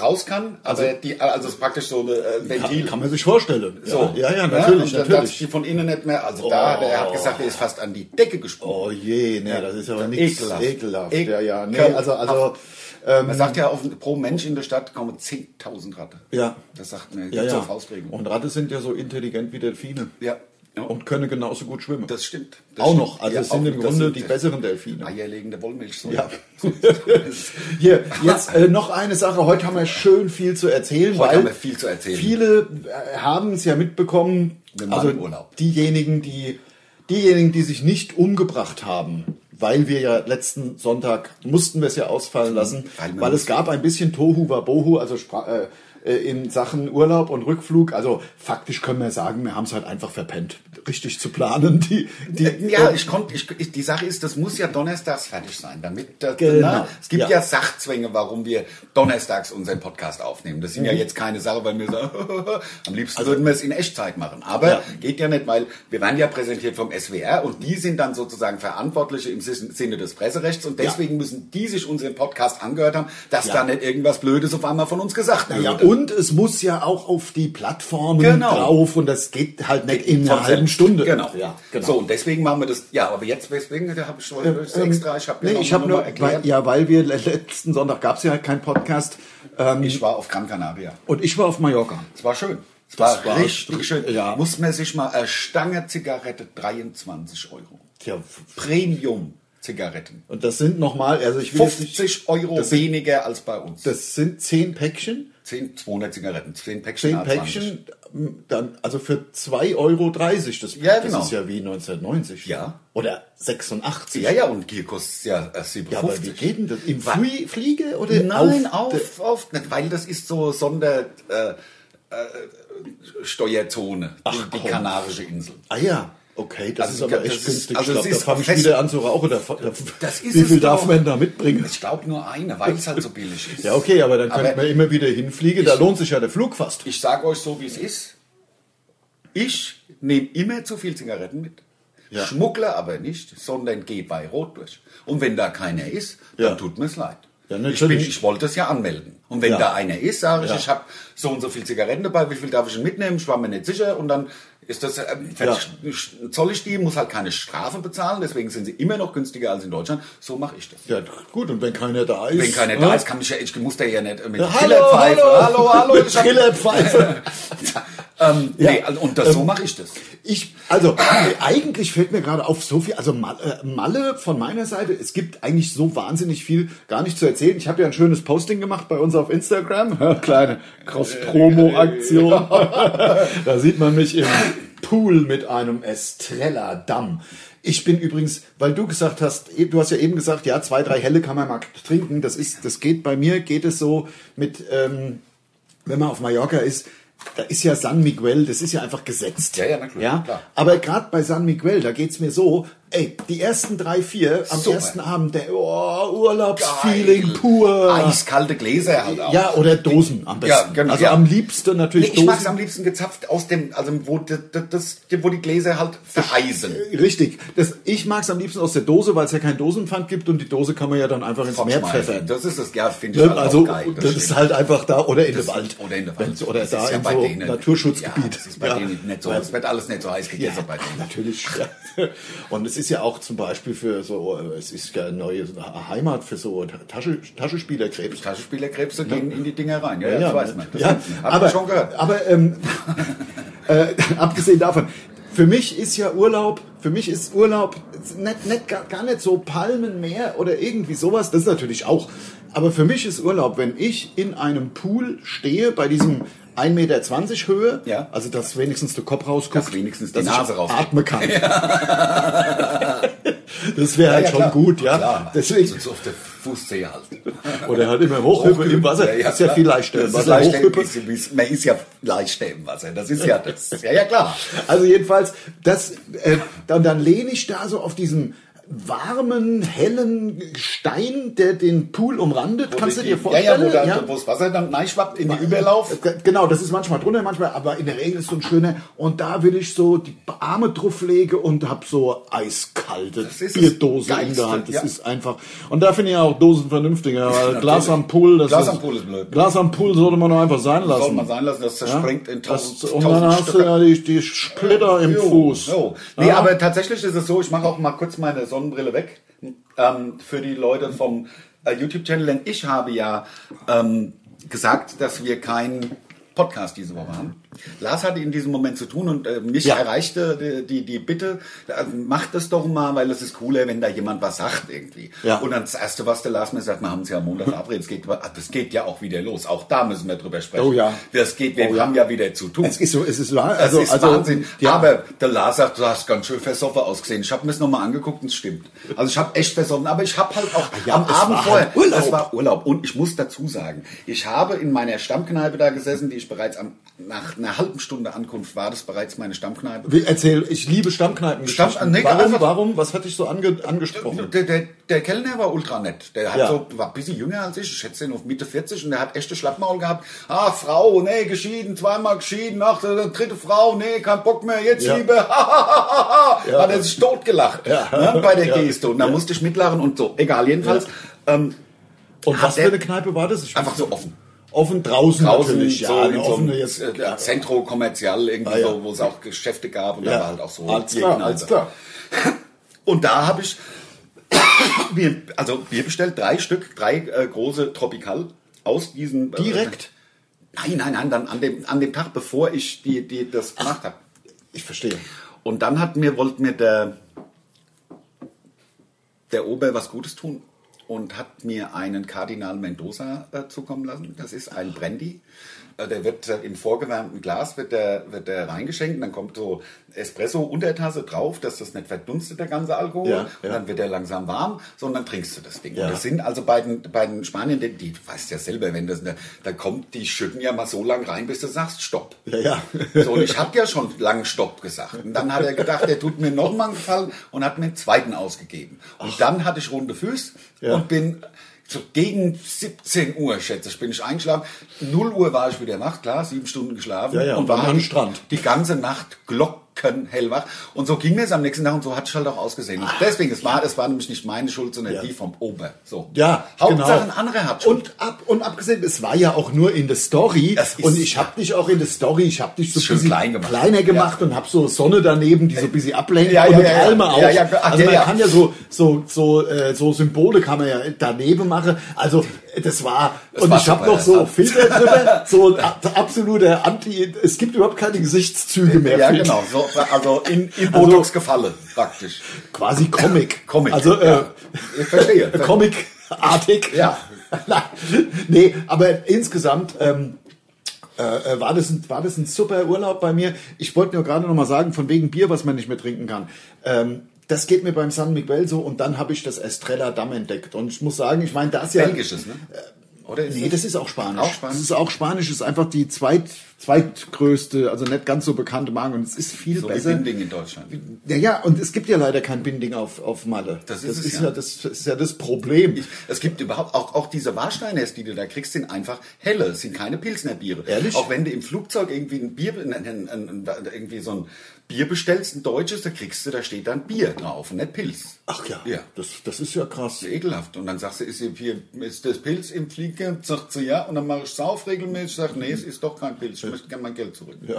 S3: raus kann, also, die, also es ist praktisch so eine äh, Ventil.
S2: Kann, kann man sich vorstellen.
S3: So. Ne?
S2: Ja, ja, ja natürlich, Oh.
S3: und dann darf
S2: natürlich.
S3: die von innen nicht mehr. Also da, der hat gesagt, er ist fast an die Decke gesprungen.
S2: Oh je, ne, das ist aber nichts
S3: Ekelhaft. ne,
S2: ekelhaft.
S3: Ekel-
S2: Ja, ja, nee, also, also, ähm,
S3: Man sagt ja, auf, pro Mensch in der Stadt kommen 10.000 Ratten.
S2: Ja.
S3: Das sagt eine
S2: ja,
S3: gibt's
S2: ja.
S3: auch Faustregel.
S2: Und Ratte sind ja so intelligent wie Delfine.
S3: ja. ja.
S2: Und können genauso gut schwimmen.
S3: das stimmt. Das
S2: auch
S3: stimmt.
S2: noch. Also
S3: Ja,
S2: es sind
S3: auch-
S2: im
S3: das
S2: Grunde
S3: sind
S2: die besseren Delfine.
S3: Eierlegende Wollmilchsäure.
S2: Ja. Hier, jetzt äh, noch eine Sache. Heute haben wir schön viel zu erzählen.
S3: Heute
S2: weil
S3: haben wir viel zu erzählen.
S2: Viele äh, haben es ja mitbekommen.
S3: Wir waren
S2: Also
S3: im Urlaub.
S2: diejenigen, die diejenigen, die sich nicht umgebracht haben, weil wir ja letzten Sonntag mussten wir es ja ausfallen lassen,
S3: Weil
S2: weil,
S3: wir
S2: es gab ein bisschen Tohu Wabohu, also Spra äh, äh, in Sachen Urlaub und Rückflug. Also faktisch können wir sagen, wir haben es halt einfach verpennt, richtig zu planen. Die, die,
S3: Ja,
S2: äh,
S3: ich konnte, ich, ich, die Sache ist, das muss ja donnerstags fertig sein, damit, äh,
S2: Genau.
S3: na, es gibt
S2: Ja.
S3: ja. Sachzwänge, warum wir donnerstags unseren Podcast aufnehmen. Das sind
S2: Mhm.
S3: ja jetzt keine Sache, weil wir sagen, am liebsten würden wir es in Echtzeit machen. Aber
S2: Also Ja.
S3: geht ja nicht, weil wir werden ja präsentiert vom SWR und die sind dann sozusagen Verantwortliche im Sin- Sinne des Presserechts und deswegen müssen die sich unseren Podcast angehört haben, dass
S2: Ja.
S3: da nicht irgendwas Blödes auf einmal von uns gesagt wird.
S2: ja, und es muss ja auch auf die Plattformen
S3: Also, Genau.
S2: drauf und das geht halt nicht in einer
S3: Von
S2: halben
S3: selbst.
S2: Stunde.
S3: Genau.
S2: Ja, genau.
S3: So, und deswegen machen wir das. Ja, aber jetzt, deswegen, da habe ich schon das
S2: Ähm,
S3: extra. Ich habe
S2: nee, ich hab nur, weil,
S3: erklärt.
S2: ja, weil wir le- letzten Sonntag gab es ja keinen Podcast ähm,
S3: Ich war auf Gran Canaria.
S2: und ich war auf Mallorca.
S3: Es war schön. Es war,
S2: Das war
S3: richtig
S2: dr-
S3: schön.
S2: ja.
S3: Muss man sich mal eine Stange Zigarette 23 Euro.
S2: Tja,
S3: Premium Zigaretten.
S2: und das sind nochmal, also ich will jetzt nicht-
S3: 50 Euro
S2: das sind,
S3: weniger als bei uns.
S2: das sind 10 Päckchen,
S3: 10, 200 Zigaretten. 10 Päckchen.
S2: 10
S3: 10
S2: Päckchen, m, dann, also für 2,30 Euro, das,
S3: Ja, genau.
S2: das ist ja wie 1990.
S3: Ja.
S2: Oder 86.
S3: Ja, ja, und hier kostet es ja äh,
S2: Ja,
S3: 57.
S2: aber wie geht denn das? Im
S3: Wa-
S2: Flie Fliege oder
S3: Nein,
S2: auf?
S3: auf, auf, nicht, weil das ist so Sonder äh, äh, Steuerzone,
S2: Ach,
S3: die, die
S2: komm.
S3: kanarische Insel.
S2: Ah ja, okay, das
S3: Also,
S2: ist aber
S3: das
S2: echt
S3: ist-
S2: günstig.
S3: also,
S2: ich
S3: es
S2: glaub, da
S3: ist
S2: fange ich
S3: fest-
S2: wieder an zu rauchen. Da, da,
S3: Das ist
S2: wie viel
S3: es
S2: darf
S3: doch.
S2: man da mitbringen?
S3: Ich glaube nur eine, weil es halt so billig ist.
S2: Ja, okay, aber dann könnten
S3: Aber-
S2: wir immer wieder hinfliegen. Da lohnt sich ja der Flug fast.
S3: Ich sage euch so, wie es ist. Ich nehme immer zu viel Zigaretten mit.
S2: Ja.
S3: Schmuggle aber nicht, sondern gehe bei Rot durch. Und wenn da keiner ist, dann
S2: Ja.
S3: tut mir es leid.
S2: Ja,
S3: ich, bin,
S2: natürlich.
S3: ich wollte es ja anmelden. Und wenn
S2: Ja.
S3: da einer ist, sage ich,
S2: Ja.
S3: ich habe so und so viel Zigaretten dabei, wie viel darf ich denn mitnehmen? Ich war mir nicht sicher. Und dann ist das, ähm, zoll ich die, muss halt keine Strafe bezahlen. Deswegen sind sie immer noch günstiger als in Deutschland. So mache ich das.
S2: Ja, gut, und wenn keiner da ist.
S3: Wenn keiner
S2: ne?
S3: da ist, kann ich ja, ich muss da ja nicht mit
S2: Ja, hallo,
S3: Killerpfeife.
S2: hallo,
S3: hallo, hallo,
S2: Mit
S3: ich hab-
S2: Trillerpfeife.
S3: ähm,
S2: Ja.
S3: nee, also, und das, so mache ich das.
S2: Ich, also, eigentlich fällt mir gerade auf so viel, also Malle, äh, Malle von meiner Seite, es gibt eigentlich so wahnsinnig viel gar nicht zu erzählen. Ich habe ja ein schönes Posting gemacht bei uns auf Instagram. Kleine Cross-Promo-Aktion. da sieht man mich im Pool mit einem Estrella-Damm. Ich bin übrigens, weil du gesagt hast, eh, du hast ja eben gesagt, ja, zwei, drei Helle kann man mal trinken. Das ist, das geht bei mir, geht es so mit, ähm, wenn man auf Mallorca ist, da ist ja San Miguel, das ist ja einfach gesetzt.
S3: Ja, ja, na klar, klar.
S2: Aber gerade bei San Miguel, da geht's mir so, ey, die ersten drei, vier am
S3: Super.
S2: ersten Abend, der oh, Urlaubsfeeling pur.
S3: Eiskalte Gläser halt auch.
S2: Ja, oder Dosen am besten.
S3: Ja, genau,
S2: also
S3: ja.
S2: am liebsten natürlich
S3: Nee, ich
S2: Dosen.
S3: mache es am liebsten gezapft aus dem, also wo, d- d- das, wo die Gläser halt vereisen.
S2: Äh, Richtig. Das, ich mag's am liebsten aus der Dose, weil es ja keinen Dosenpfand gibt und die Dose kann man ja dann einfach ins Meer pfeffern.
S3: Das ist das, ja, finde ich
S2: Ne?
S3: halt
S2: Also
S3: auch geil.
S2: das ist halt einfach da oder in den Wald.
S3: Oder in der
S2: Wenn's-
S3: Wald.
S2: Oder
S3: Das
S2: da
S3: ist ja
S2: in
S3: bei
S2: so
S3: denen-
S2: Naturschutzgebiet.
S3: Ja, das ist bei denen nicht so.
S2: Weil-
S3: Es wird alles nicht so heiß gegessen bei denen.
S2: natürlich. Ja. Und es ist ja auch zum Beispiel für so, äh, es ist ja eine neue Heimat für so Ta- Tasche, Taschenspielerkrebs.
S3: Taschenspielerkrebse gehen in die Dinger rein. Ja, ja,
S2: Ja, ne?
S3: das weiß man. Das
S2: ja,
S3: hat man
S2: aber,
S3: schon gehört.
S2: aber ähm, äh, abgesehen davon, für mich ist ja Urlaub, für mich ist Urlaub nicht, nicht, gar, gar nicht so Palmenmeer oder irgendwie sowas, das ist natürlich auch. Aber für mich ist Urlaub, wenn ich in einem Pool stehe, bei diesem 1,20 Meter Höhe,
S3: Ja.
S2: also dass wenigstens der Kopf rausguckt,
S3: Dass wenigstens die
S2: dass
S3: Nase
S2: ich
S3: rausguckt.
S2: atmen kann. Das wäre halt
S3: ja,
S2: schon
S3: klar.
S2: gut, ja.
S3: Klar.
S2: Deswegen,
S3: Sonst auf der Fußzehe halt.
S2: oder halt immer hochhüpfen im Wasser, ist ja
S3: klar.
S2: viel leichter.
S3: Das
S2: im
S3: ist
S2: Wasser
S3: leichter im-
S2: hochhüpfen.
S3: ist- ist- Man ist ja leichter im Wasser. Das ist ja das. Ja, ja, klar.
S2: Also jedenfalls, das, äh, dann, dann lehne ich da so auf diesem warmen, hellen Stein, der den Pool umrandet. Kannst du dir vorstellen?
S3: Ja, ja, wo, da, wo das Wasser dann reinschwappt in den Überlauf.
S2: G- Genau, das ist manchmal drunter, manchmal, aber in der Regel ist so ein schöner. Und da will ich so die Arme drauf lege und hab so eiskalte
S3: Das ist das
S2: Bierdose in
S3: Geilste,
S2: der Hand. Das
S3: ja.
S2: ist einfach. Und da finde ich ja auch Dosen vernünftiger. Weil Glas am Pool, das
S3: Glas am Pool ist blöd.
S2: Glas am Pool sollte man doch einfach sein lassen.
S3: Soll man sein lassen, das zerspringt in
S2: das,
S3: tausend,
S2: und dann
S3: tausend
S2: hast du
S3: Stücke.
S2: ja die, die Splitter im
S3: Jo,
S2: Fuß.
S3: jo. Nee,
S2: Ja.
S3: aber tatsächlich ist es so, ich mache auch mal kurz meine Sonnenbrille weg ähm, für die Leute vom äh, YouTube-Channel, denn ich habe ja ähm, gesagt, dass wir keinen Podcast diese Woche haben. Lars hatte in diesem Moment zu tun und äh, mich
S2: Ja.
S3: erreichte die, die, die Bitte, äh, macht das doch mal, weil es ist cooler, wenn da jemand was sagt irgendwie.
S2: Ja.
S3: Und dann das Erste, was der Lars mir sagt, wir haben uns ja am Montag verabredet, es geht, ah, das geht ja auch wieder los. Auch da müssen wir drüber sprechen.
S2: Oh ja.
S3: Das geht, wir
S2: Oh ja.
S3: haben ja wieder zu tun.
S2: Es ist so, es ist wahr.
S3: Das
S2: Also,
S3: ist
S2: also,
S3: Wahnsinn.
S2: Ja, aber
S3: Aber der Lars sagt, du hast ganz schön versoffen ausgesehen. Ich habe mir es nochmal angeguckt und es stimmt. Also ich habe echt versoffen, aber ich habe halt auch
S2: Ah, ja,
S3: am
S2: es
S3: Abend
S2: war
S3: vorher,
S2: halt Urlaub.
S3: es war Urlaub. Und ich muss dazu sagen, ich habe in meiner Stammkneipe da gesessen, die ich bereits am, nach einer halben Stunde Ankunft war, das bereits meine Stammkneipe.
S2: Wie- erzähl, ich liebe Stammkneipen.
S3: Stamm- nee,
S2: warum,
S3: einfach-
S2: warum, was hat dich so ange, angesprochen?
S3: Der, der, der Kellner war ultra nett. Der hat
S2: Ja.
S3: so, war ein bisschen jünger als ich. Ich schätze ihn auf Mitte 40 und der hat echte Schlappmaul gehabt. Ah, Frau, nee, geschieden, zweimal geschieden, ach, äh, dritte Frau, nee, kein Bock mehr, jetzt
S2: Ja.
S3: Liebe. ja. Hat er sich totgelacht
S2: Ja.
S3: ne, bei der
S2: Ja.
S3: Geste. Und da musste ich mitlachen und so. Egal, jedenfalls. Ähm,
S2: Und
S3: Hat
S2: was
S3: der-
S2: für eine Kneipe war das? Ich
S3: einfach so offen.
S2: Offen draußen,
S3: Draußen
S2: natürlich, ja.
S3: so
S2: eine
S3: in so einem
S2: offene jetzt,
S3: äh, Centro Kommerzial irgendwie
S2: Ah, ja.
S3: so, wo es auch Geschäfte gab und da war halt auch so
S2: Alles klar,
S3: Bierkneipe.
S2: alles klar.
S3: Und da habe ich mir, also Bier bestellt, drei Stück, drei äh, große Tropical aus diesen. Äh,
S2: Direkt?
S3: Nein, nein, nein, dann an dem, an dem Tag, bevor ich die, die, das gemacht habe.
S2: Ich verstehe.
S3: Und dann hat mir, wollte mir der, der Ober was Gutes tun und hat mir einen Kardinal Mendoza äh, zukommen lassen. Das ist ein Brandy. Äh, Der wird äh, im vorgewärmten Glas wird der, wird der reingeschenkt und dann kommt so Espresso-Untertasse drauf, dass das nicht verdunstet, der ganze Alkohol.
S2: Ja,
S3: Und
S2: ja.
S3: dann wird er langsam warm, sondern trinkst du das Ding.
S2: Ja.
S3: Und das sind also bei den, bei den Spaniern, die, die weißt ja selber, wenn das, ne, da kommt, die schütten ja mal so lang rein, bis du sagst, stopp.
S2: Ja, ja.
S3: So, und ich habe ja schon langen Stopp gesagt. Und dann hat er gedacht, er tut mir noch mal einen Gefallen und hat mir einen zweiten ausgegeben. Und dann hatte ich runde Füße
S2: Ja.
S3: und bin so gegen 17 Uhr, schätze ich, bin ich eingeschlafen. 0 Uhr war ich wieder wach, klar, sieben Stunden geschlafen.
S2: Ja, ja,
S3: und
S2: waren
S3: war
S2: am
S3: die-
S2: Strand.
S3: Die ganze Nacht glockenhellwach. Und so ging mir es am nächsten Tag und so hatte ich halt auch ausgesehen. Und deswegen, es war, es war nämlich nicht meine Schuld, sondern
S2: Ah. Ja.
S3: die vom Ober. So.
S2: Ja,
S3: Hauptsache
S2: genau.
S3: ein anderer hat Schuld.
S2: Und, ab, und abgesehen, es war ja auch nur in der Story.
S3: Das ist-
S2: Und ich habe dich auch in der Story, ich habe dich so ein
S3: Schön
S2: bisschen
S3: klein gemacht.
S2: kleiner gemacht und habe so Sonne daneben, die so ein bisschen ablenkt
S3: Ja, ja,
S2: und eine
S3: ja, ja.
S2: Palme auch.
S3: Ja, ja, ach,
S2: also
S3: ja,
S2: man
S3: ja.
S2: kann ja so so so äh, so Symbole kann man ja daneben machen. Also äh, das war und
S3: war
S2: ich habe
S3: super,
S2: noch
S3: das
S2: so
S3: war-
S2: Filter drüber, so ein ab- absoluter Anti. Es gibt überhaupt keine Gesichtszüge mehr.
S3: ja,
S2: für ihn.
S3: genau. So, also in, in Botox gefalle, praktisch.
S2: Quasi Comic.
S3: Comic.
S2: Also äh,
S3: ja. ich verstehe.
S2: Comic-artig.
S3: Ja.
S2: Nein. nee, aber insgesamt ähm, äh, äh, war, das ein, war das ein super Urlaub bei mir. Ich wollte nur gerade noch mal sagen, von wegen Bier, was man nicht mehr trinken kann. Ähm, das geht mir beim San Miguel so und dann habe ich das Estrella Damm entdeckt. Und ich muss sagen, ich meine, das ist ja...
S3: Belgisches, ne? Oder ist
S2: Nee, das ist auch Spanisch.
S3: Auch Spanisch?
S2: Das ist auch Spanisch, ist einfach die zweit, zweitgrößte, also nicht ganz so bekannte Marke und es ist viel
S3: so wie
S2: besser.
S3: Binding in Deutschland.
S2: Ja, ja, und es gibt ja leider kein Binding auf, auf Malle.
S3: Das ist es
S2: ist
S3: ja.
S2: ja. Das ist ja das Problem.
S3: Es gibt überhaupt auch, auch diese Warsteines, die du da kriegst, sind einfach helle, es sind keine Pilsner Biere.
S2: Ehrlich?
S3: Auch wenn du im Flugzeug irgendwie ein Bier, ein, ein, ein, ein, irgendwie so ein Bier bestellst, ein deutsches, da kriegst du, da steht dann Bier drauf und nicht Pilz.
S2: Ach ja,
S3: Ja.
S2: Das, das ist ja krass.
S3: Das ist ekelhaft. Und dann sagst du, ist, hier, ist das Pilz im Flieger? Sagt sie ja. Und dann mache ich sauf regelmäßig, sag, nee, es ist doch kein Pilz, ich möchte gerne mein Geld zurück.
S2: Ja.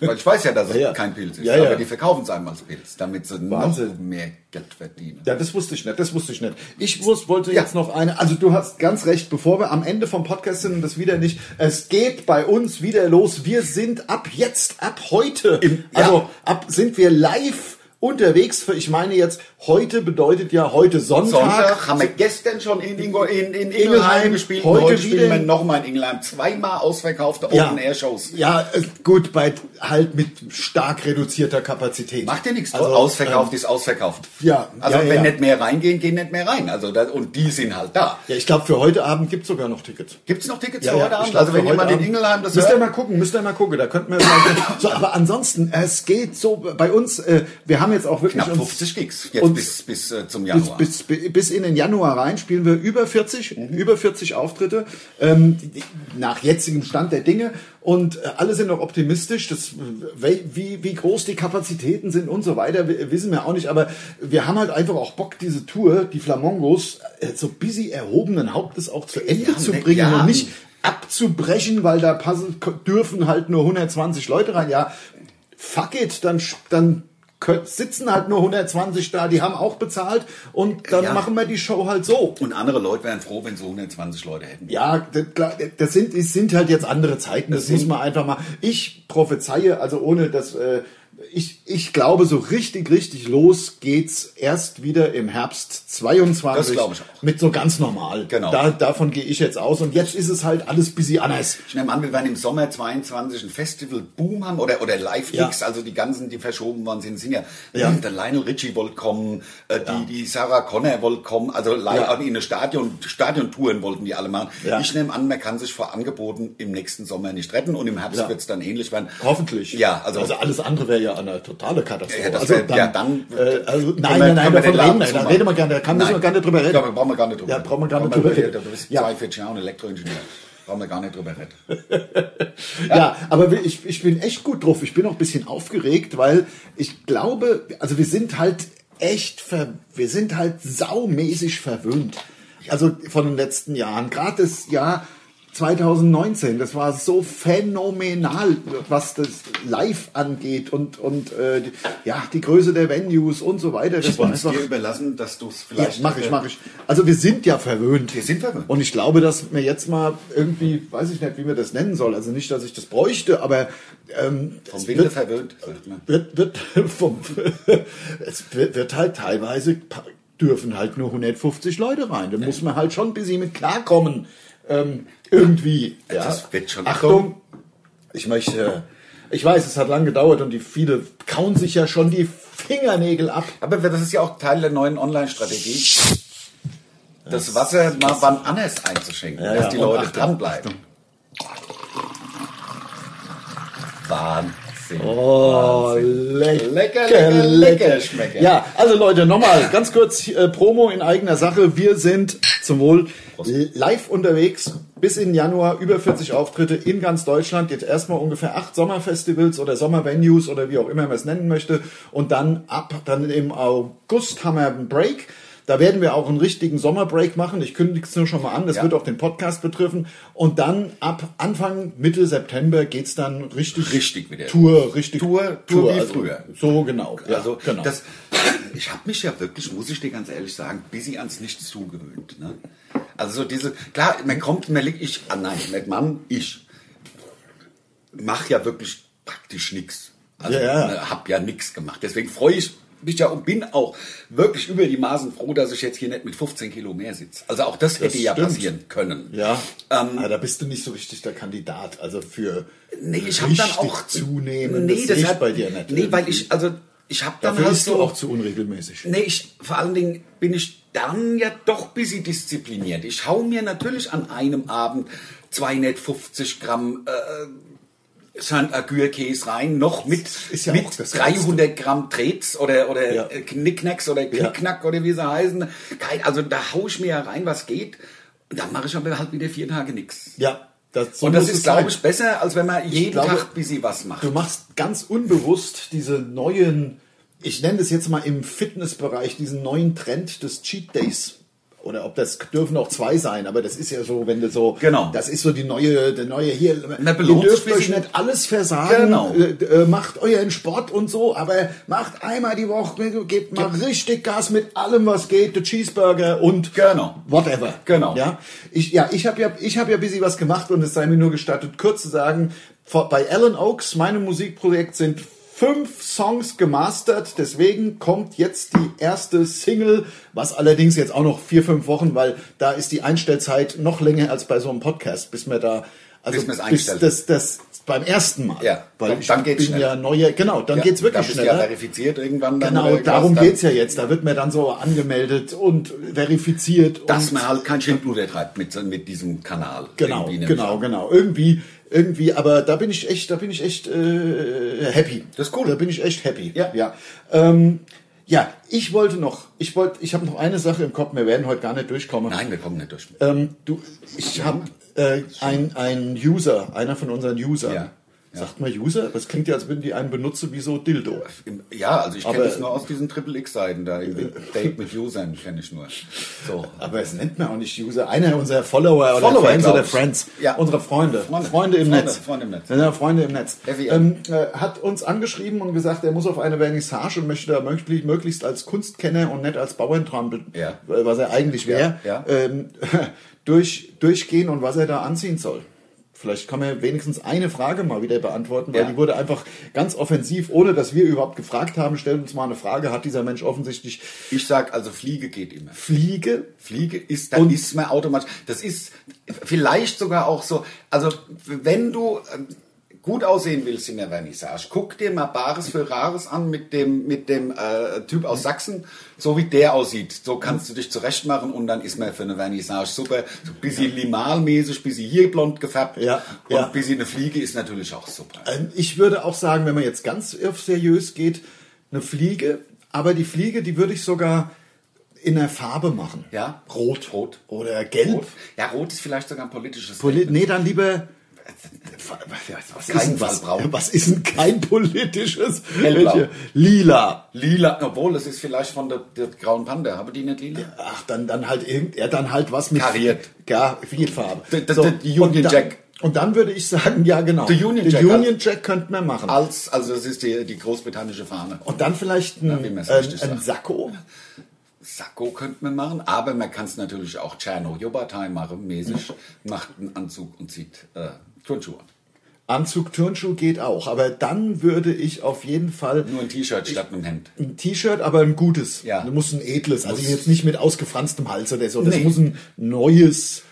S3: Weil ich weiß ja, dass es
S2: Ja, ja.
S3: kein Pilz ist,
S2: Ja,
S3: aber
S2: ja.
S3: die verkaufen es einmal als Pilz, damit sie noch
S2: Wahnsinn.
S3: mehr Geld verdienen.
S2: ja, das wusste ich nicht, das wusste ich nicht. Ich wus- wollte
S3: Ja.
S2: jetzt noch eine, also du hast ganz recht, bevor wir am Ende vom Podcast sind und das wieder nicht, es geht bei uns wieder los. Wir sind ab jetzt, ab heute,
S3: Im- ja.
S2: also ab sind wir live unterwegs für, ich meine jetzt, heute bedeutet ja heute Sonntag.
S3: Sonntag haben wir gestern schon in, Ingo, in, in Ingelheim
S2: Ingelheim,
S3: gespielt.
S2: heute
S3: Heute, heute spielen
S2: wieder-
S3: wir nochmal in Ingelheim. Zweimal ausverkaufte Open-Air-Shows.
S2: Ja, äh, gut, bei halt mit stark reduzierter Kapazität.
S3: Macht ja nichts.
S2: Also,
S3: ausverkauft ist ausverkauft.
S2: ja,
S3: Also
S2: ja, ja,
S3: wenn
S2: ja.
S3: nicht mehr reingehen, gehen nicht mehr rein. Also da, und die sind halt da.
S2: ähm, Ja, ich glaube, für heute Abend gibt's sogar noch Tickets.
S3: Gibt es noch Tickets
S2: Ja,
S3: für
S2: ja,
S3: heute
S2: ich
S3: Abend?
S2: glaub,
S3: Also wenn
S2: für
S3: jemand
S2: heute
S3: in
S2: Abend-
S3: Ingelheim das
S2: Müsst ihr
S3: hört,
S2: mal gucken, müsst ihr mal gucken. Da könnten wir vielleicht- so, aber ansonsten, äh, es geht so, bei uns, äh, wir haben jetzt auch wirklich
S3: knapp 50 Gigs jetzt
S2: und-
S3: bis, bis äh, zum
S2: bis,
S3: Januar. Mhm.
S2: bis, bis in den Januar rein spielen wir über 40, über 40 Auftritte, ähm, die, die, nach jetzigem Stand der Dinge. Und äh, alle sind noch optimistisch, das, wie, wie- wie groß die Kapazitäten sind und so weiter, w- wissen wir auch nicht. Aber wir haben halt einfach auch Bock, diese Tour, die Flamongos, äh, so busy erhobenen Hauptes auch zu Ende
S3: Ja,
S2: zu
S3: ne,
S2: bringen
S3: ja.
S2: und nicht abzubrechen, weil da passen, dürfen halt nur 120 Leute rein. Ja, fuck it, dann, sch- dann kö- sitzen halt nur 120 da, die haben auch bezahlt und dann
S3: Ja.
S2: machen wir die Show halt so.
S3: Und andere Leute wären froh, wenn sie 120 Leute hätten.
S2: Ja, das, klar, das sind, es sind halt jetzt andere Zeiten,
S3: Mhm.
S2: das muss man einfach mal. Ich prophezeie, also ohne dass äh, ich, ich glaube, so richtig, richtig los geht's erst wieder im Herbst 22.
S3: Das glaube ich auch.
S2: Mit so ganz normal.
S3: Genau.
S2: Da, davon gehe ich jetzt aus. Und jetzt ist es halt alles bisschen anders.
S3: Ich nehme an, wir werden im Sommer 22 ein Festival-Boom haben oder, oder Live-Gigs,
S2: Ja.
S3: also die ganzen, die verschoben worden sind, sind ja, äh,
S2: Ja.
S3: der Lionel Richie wollte kommen, äh, die, die Sarah Connor wollte kommen, also li-
S2: Ja.
S3: in eine Stadion, Stadiontouren wollten die alle machen.
S2: Ja.
S3: Ich nehme an, man kann sich vor Angeboten im nächsten Sommer nicht retten und im Herbst
S2: Ja.
S3: wird es dann ähnlich werden.
S2: Hoffentlich.
S3: Ja, also,
S2: also alles andere wäre ja eine totale Katastrophe.
S3: Ja, das
S2: also
S3: wär- ja, dann-
S2: äh, also
S3: können
S2: nein,
S3: wir-
S2: nein, nein,
S3: können wir den
S2: davon
S3: Laden
S2: reden wir, da
S3: zumachen.
S2: reden wir gerne, da kann, müssen wir
S3: Nein.
S2: gar nicht drüber
S3: Ich
S2: reden.
S3: glaube, brauchen wir gar nicht drüber
S2: Ja,
S3: reden.
S2: brauchen wir gar nicht
S3: Brauchen
S2: drüber reden.
S3: Du bist
S2: Ja.
S3: 42 Jahre und Elektroingenieur. brauchen wir gar nicht drüber reden.
S2: Ja, aber wir- ich, ich bin echt gut drauf. Ich bin auch ein bisschen aufgeregt, weil ich glaube, also wir sind halt echt, ver, wir sind halt saumäßig verwöhnt. Also von den letzten Jahren. Gerade das Jahr 2019, das war so phänomenal, was das Live angeht und, und äh, die, ja, die Größe der Venues und so weiter. Das
S3: Ich
S2: war
S3: wollte es
S2: einfach.
S3: dir überlassen, dass du es
S2: Ja,
S3: vielleicht... äh,
S2: mach ich, mach ich. Also wir sind ja verwöhnt.
S3: Wir sind verwöhnt.
S2: Und ich glaube, dass wir jetzt mal irgendwie, weiß ich nicht, wie man das nennen soll. Also nicht, dass ich das bräuchte, aber ähm,
S3: Vom
S2: es
S3: Winde
S2: wird,
S3: verwöhnt, sagt man.
S2: wird, wird, vom, es wird, wird halt teilweise, pa- dürfen halt nur 150 Leute rein. Da muss man halt schon ein bisschen mit klarkommen. Ähm, irgendwie. Ja.
S3: Das wird schon-
S2: Achtung, ich möchte, ich weiß, es hat lang gedauert und die viele kauen sich ja schon die Fingernägel ab.
S3: Aber das ist ja auch Teil der neuen Online-Strategie. Das Wasser mal wann anders einzuschenken,
S2: Ja,
S3: dass
S2: ja,
S3: die
S2: und
S3: Leute
S2: Achtung,
S3: dranbleiben. Wahnsinn.
S2: Oh, lecker,
S3: Lecker, lecker, lecker schmecker.
S2: Ja, also Leute, nochmal ganz kurz äh, Promo in eigener Sache. Wir sind zum Wohl live unterwegs bis in Januar, über 40 Auftritte in ganz Deutschland. Jetzt erstmal ungefähr acht Sommerfestivals oder Sommervenues oder wie auch immer man es nennen möchte. Und dann ab, dann im August haben wir einen Break. Da werden wir auch einen richtigen Sommerbreak machen. Ich kündige es nur schon mal an. Das
S3: Ja.
S2: wird auch den Podcast betreffen. Und dann ab Anfang, Mitte September geht's dann richtig,
S3: Richtig wieder.
S2: Tour, richtig.
S3: Tour- Tour wie
S2: also
S3: früher.
S2: So genau. Ja,
S3: Also
S2: genau.
S3: das, ich habe mich ja wirklich, muss ich dir ganz ehrlich sagen, busy ans Nichts tun gewöhnt. Ne? Also so diese, klar, man kommt, man liegt, ich, ah nein, nicht Mann, ich mache ja wirklich praktisch nichts. Also
S2: Ja, ja.
S3: ne, hab ja nichts gemacht. Deswegen freue ich mich ja und bin auch wirklich über die Maßen froh, dass ich jetzt hier nicht mit 15 Kilo mehr sitze. Also auch das, hätte ja
S2: stimmt.
S3: passieren können.
S2: ja,
S3: Ähm,
S2: aber da bist du nicht so richtig der Kandidat. Also für
S3: Nee, ich habe
S2: richtig
S3: dann auch
S2: zunehmen.
S3: Nee,
S2: das
S3: das
S2: sehe ich
S3: hat,
S2: bei dir nicht.
S3: Nee, weil ich also ich habe dann
S2: Dafür
S3: halt
S2: bist
S3: so
S2: du auch zu unregelmäßig.
S3: Nee, ich, vor allen Dingen bin ich dann ja doch busy diszipliniert. Ich hau mir natürlich an einem Abend 250 Gramm äh, Saint Agur Käse rein, noch mit,
S2: ist ja
S3: mit
S2: auch das
S3: 300 Gramm Trets oder, oder
S2: Ja.
S3: äh, Knickknacks oder Knickknack oder wie sie heißen. Kein, also da hau ich mir ja rein, was geht. Und dann mache ich aber halt wieder vier Tage nichts.
S2: Ja, das, so
S3: Und das
S2: muss
S3: ist,
S2: es sein.
S3: glaube ich, besser, als wenn man jeden
S2: glaube-
S3: Tag busy was macht.
S2: Du machst ganz unbewusst diese neuen, ich nenne es jetzt mal im Fitnessbereich, diesen neuen Trend des Cheat Days. Oder ob das dürfen auch zwei sein, aber das ist ja so, wenn du so,
S3: Genau.
S2: das ist so die neue, der neue hier.
S3: Na,
S2: ihr
S3: belohnt
S2: dürft
S3: sich
S2: euch
S3: bisschen.
S2: nicht alles versagen,
S3: Genau.
S2: äh, äh, macht euren Sport und so, aber macht einmal die Woche, gebt mal richtig Gas mit allem, was geht, der Cheeseburger und
S3: Genau.
S2: whatever.
S3: Genau.
S2: Ja, ich, ja, ich habe ja, ich habe ja busy was gemacht und es sei mir nur gestattet, kurz zu sagen, vor, bei Alan Oaks, meinem Musikprojekt, sind fünf Songs gemastert. Deswegen kommt jetzt die erste Single, was allerdings jetzt auch noch vier, fünf Wochen, weil da ist die Einstellzeit noch länger als bei so einem Podcast, bis wir da, also
S3: Bis wir's
S2: bis
S3: eingestellt.
S2: das, das beim ersten Mal.
S3: Ja,
S2: weil
S3: dann-
S2: ich
S3: dann geht's
S2: bin
S3: schneller.
S2: ja neue, genau, dann
S3: Ja,
S2: geht's wirklich
S3: dann bist du
S2: schneller.
S3: Ja verifiziert irgendwann. Dann
S2: Genau,
S3: oder irgendwas,
S2: darum
S3: dann-
S2: geht's ja jetzt. Da wird mir dann so angemeldet und verifiziert.
S3: dass
S2: und
S3: man halt kein Schindluder treibt mit, mit diesem Kanal.
S2: Genau,
S3: Irgendwie nämlich.
S2: genau, genau. Irgendwie, irgendwie, aber da bin ich echt, da bin ich echt äh, happy.
S3: Das ist cool.
S2: Da bin ich echt happy.
S3: Ja.
S2: ja. Ähm, ja, ich wollte noch, ich wollte, ich habe noch eine Sache im Kopf. Wir werden heute gar nicht durchkommen.
S3: Nein, wir kommen nicht durch.
S2: äh, Ähm, du, ich habe äh, ein, ein User, einer von unseren Usern,
S3: Ja. Ja.
S2: Sagt mal User, das klingt ja, als würden die einen benutzen wie so Dildo.
S3: Im- Ja, also ich kenne
S2: Aber-
S3: das nur aus diesen Triple X-Seiten da. irgendwie Date mit Usern kenne ich nur. So.
S2: Aber es nennt man auch nicht User. Einer unserer Follower oder
S3: Follower,
S2: Fans
S3: glaub
S2: oder
S3: ich.
S2: Friends.
S3: Ja.
S2: Unsere Freunde.
S3: Freunde.
S2: im
S3: Freunde,
S2: Netz.
S3: Freunde im Netz.
S2: Ja, Freunde im Netz.
S3: FEM.
S2: Ähm, äh, hat uns angeschrieben und gesagt, er muss auf eine Vernissage und möchte da möglich, möglichst als Kunstkenner und nicht als Bauerntrampel,
S3: Ja.
S2: äh, was er eigentlich wäre,
S3: Ja, ja.
S2: ähm, durch, durchgehen und was er da anziehen soll. Vielleicht kann man wenigstens eine Frage mal wieder beantworten, weil
S3: Ja.
S2: die wurde einfach ganz offensiv, ohne dass wir überhaupt gefragt haben, stellt uns mal eine Frage, hat dieser Mensch offensichtlich
S3: Ich sag also Fliege geht immer.
S2: Fliege
S3: Fliege ist, da
S2: Und-
S3: ist man automatisch. Das ist vielleicht sogar auch so. Also, wenn du ähm, gut aussehen willst in der Vernissage, guck dir mal Bares für Rares an mit dem, mit dem äh, Typ aus Sachsen, so wie der aussieht. So kannst du dich zurecht machen und dann ist man für eine Vernissage super. So ein bisschen limalmäßig, ein bisschen hier blond gefärbt.
S2: Ja,
S3: Und
S2: ja.
S3: ein bisschen eine Fliege ist natürlich auch super.
S2: Ähm, Ich würde auch sagen, wenn man jetzt ganz auf seriös geht, eine Fliege. Aber die Fliege, die würde ich sogar in der Farbe machen.
S3: Ja.
S2: Rot.
S3: Rot.
S2: Oder gelb.
S3: Rot. Ja, rot ist vielleicht sogar ein politisches.
S2: Poli nee, dann lieber.
S3: was
S2: ist denn
S3: kein
S2: was,
S3: Wahlbraun.
S2: was ist denn kein politisches?
S3: Hellblau.
S2: Welche? Lila.
S3: Lila, obwohl es ist vielleicht von der, der grauen Panda. Haben die nicht lila?
S2: Ach, dann, dann halt irgend, ja, dann halt was mit.
S3: Kariert.
S2: Ja, viel Farbe.
S3: D- d- d- die Union
S2: und dann,
S3: Jack.
S2: Und dann würde ich sagen, ja, genau.
S3: Die Union
S2: Den
S3: Jack.
S2: Union Jack könnte man machen.
S3: Als, also das ist die, die großbritannische Fahne.
S2: Und dann vielleicht ein,
S3: Ja, wie man's
S2: ähm,
S3: richtig
S2: ein
S3: sagt.
S2: Sakko.
S3: Sakko könnte man machen, aber man kann es natürlich auch Tscherno Jobatai machen, mäßig, macht einen Anzug und zieht äh, Turnschuhe an.
S2: Anzug, Turnschuh geht auch, aber dann würde ich auf jeden Fall
S3: Nur ein T-Shirt statt einem Hemd.
S2: ein T-Shirt, aber ein gutes.
S3: Ja.
S2: Du musst ein edles, also
S3: Muss-
S2: jetzt nicht mit ausgefranstem Hals oder so. Das
S3: Nee.
S2: muss ein neues.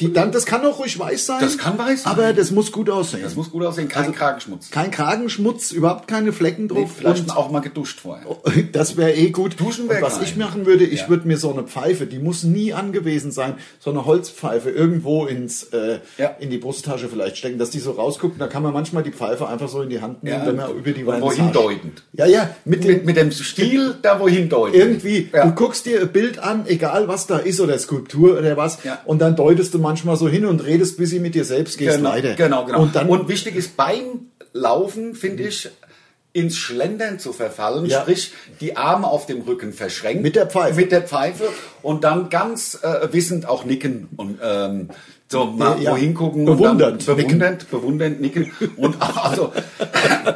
S2: Die, dann, das kann auch ruhig weiß sein.
S3: Das kann weiß sein.
S2: Aber das muss gut aussehen.
S3: Das muss gut aussehen,
S2: Also
S3: kein Kragenschmutz.
S2: Kein Kragenschmutz, überhaupt keine Flecken
S3: Nee,
S2: drauf.
S3: vielleicht
S2: und-
S3: auch mal geduscht vorher.
S2: das wäre eh gut.
S3: Duschen
S2: und
S3: wär
S2: was
S3: geil.
S2: ich machen würde, ich
S3: Ja.
S2: würde mir so eine Pfeife, die muss nie angewesen sein, so eine Holzpfeife irgendwo ins äh,
S3: Ja.
S2: in die Brusttasche vielleicht stecken, dass die so rausguckt. Und Da kann man manchmal die Pfeife einfach so in die Hand nehmen,
S3: Ja,
S2: wenn man über die
S3: und
S2: Weine
S3: wohin deutend.
S2: Ja, ja, mit,
S3: Mit,
S2: dem
S3: mit dem Stil da wohin deuten.
S2: irgendwie,
S3: Ja.
S2: du guckst dir ein Bild an, egal was da ist oder Skulptur oder was,
S3: Ja.
S2: und dann deutest du manchmal so hin und redest, bis sie mit dir selbst gehst,
S3: Genau,
S2: leider.
S3: genau, genau.
S2: Und dann Mhm.
S3: wichtig ist beim Laufen, finde ich, ins Schlendern zu verfallen,
S2: Ja.
S3: sprich die Arme auf dem Rücken verschränkt.
S2: Mit der Pfeife.
S3: Mit der Pfeife und dann ganz äh, wissend auch nicken und ähm, so mal
S2: Ja, ja.
S3: wohin gucken.
S2: Bewundernd
S3: Und dann bewundernd, bewundernd nicken. Und auch, also,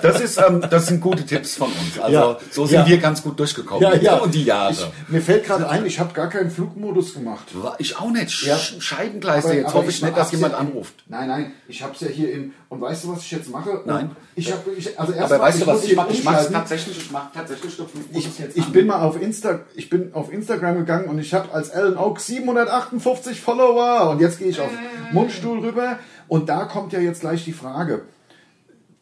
S3: das, ist, ähm, das sind gute Tipps von uns. Also,
S2: Ja,
S3: so sind
S2: ja.
S3: wir ganz gut durchgekommen.
S2: Ja, ja.
S3: Und die Jahre.
S2: Ich, mir fällt gerade ein, ich habe gar keinen Flugmodus gemacht.
S3: War ich auch nicht. Sch
S2: Ja.
S3: Scheibengleise.
S2: Aber-
S3: Jetzt
S2: aber
S3: hoffe ich
S2: mach-
S3: nicht, dass
S2: hab's
S3: jemand
S2: ja-
S3: anruft.
S2: Nein, nein, ich hab's ja hier im. Und weißt du, was ich jetzt mache?
S3: Nein.
S2: Ich hab, ich, also erst
S3: Aber
S2: mal,
S3: weißt du, was
S2: muss
S3: ich mache?
S2: ihn
S3: Ich mache
S2: umschalten.
S3: tatsächlich, ich mache tatsächlich den Flugmodus
S2: Ich,
S3: jetzt
S2: ich
S3: an.
S2: bin mal auf Insta, ich bin auf Instagram gegangen und ich habe als Alan Oak 758 Follower und jetzt gehe ich auf Mundstuhl rüber und da kommt ja jetzt gleich die Frage.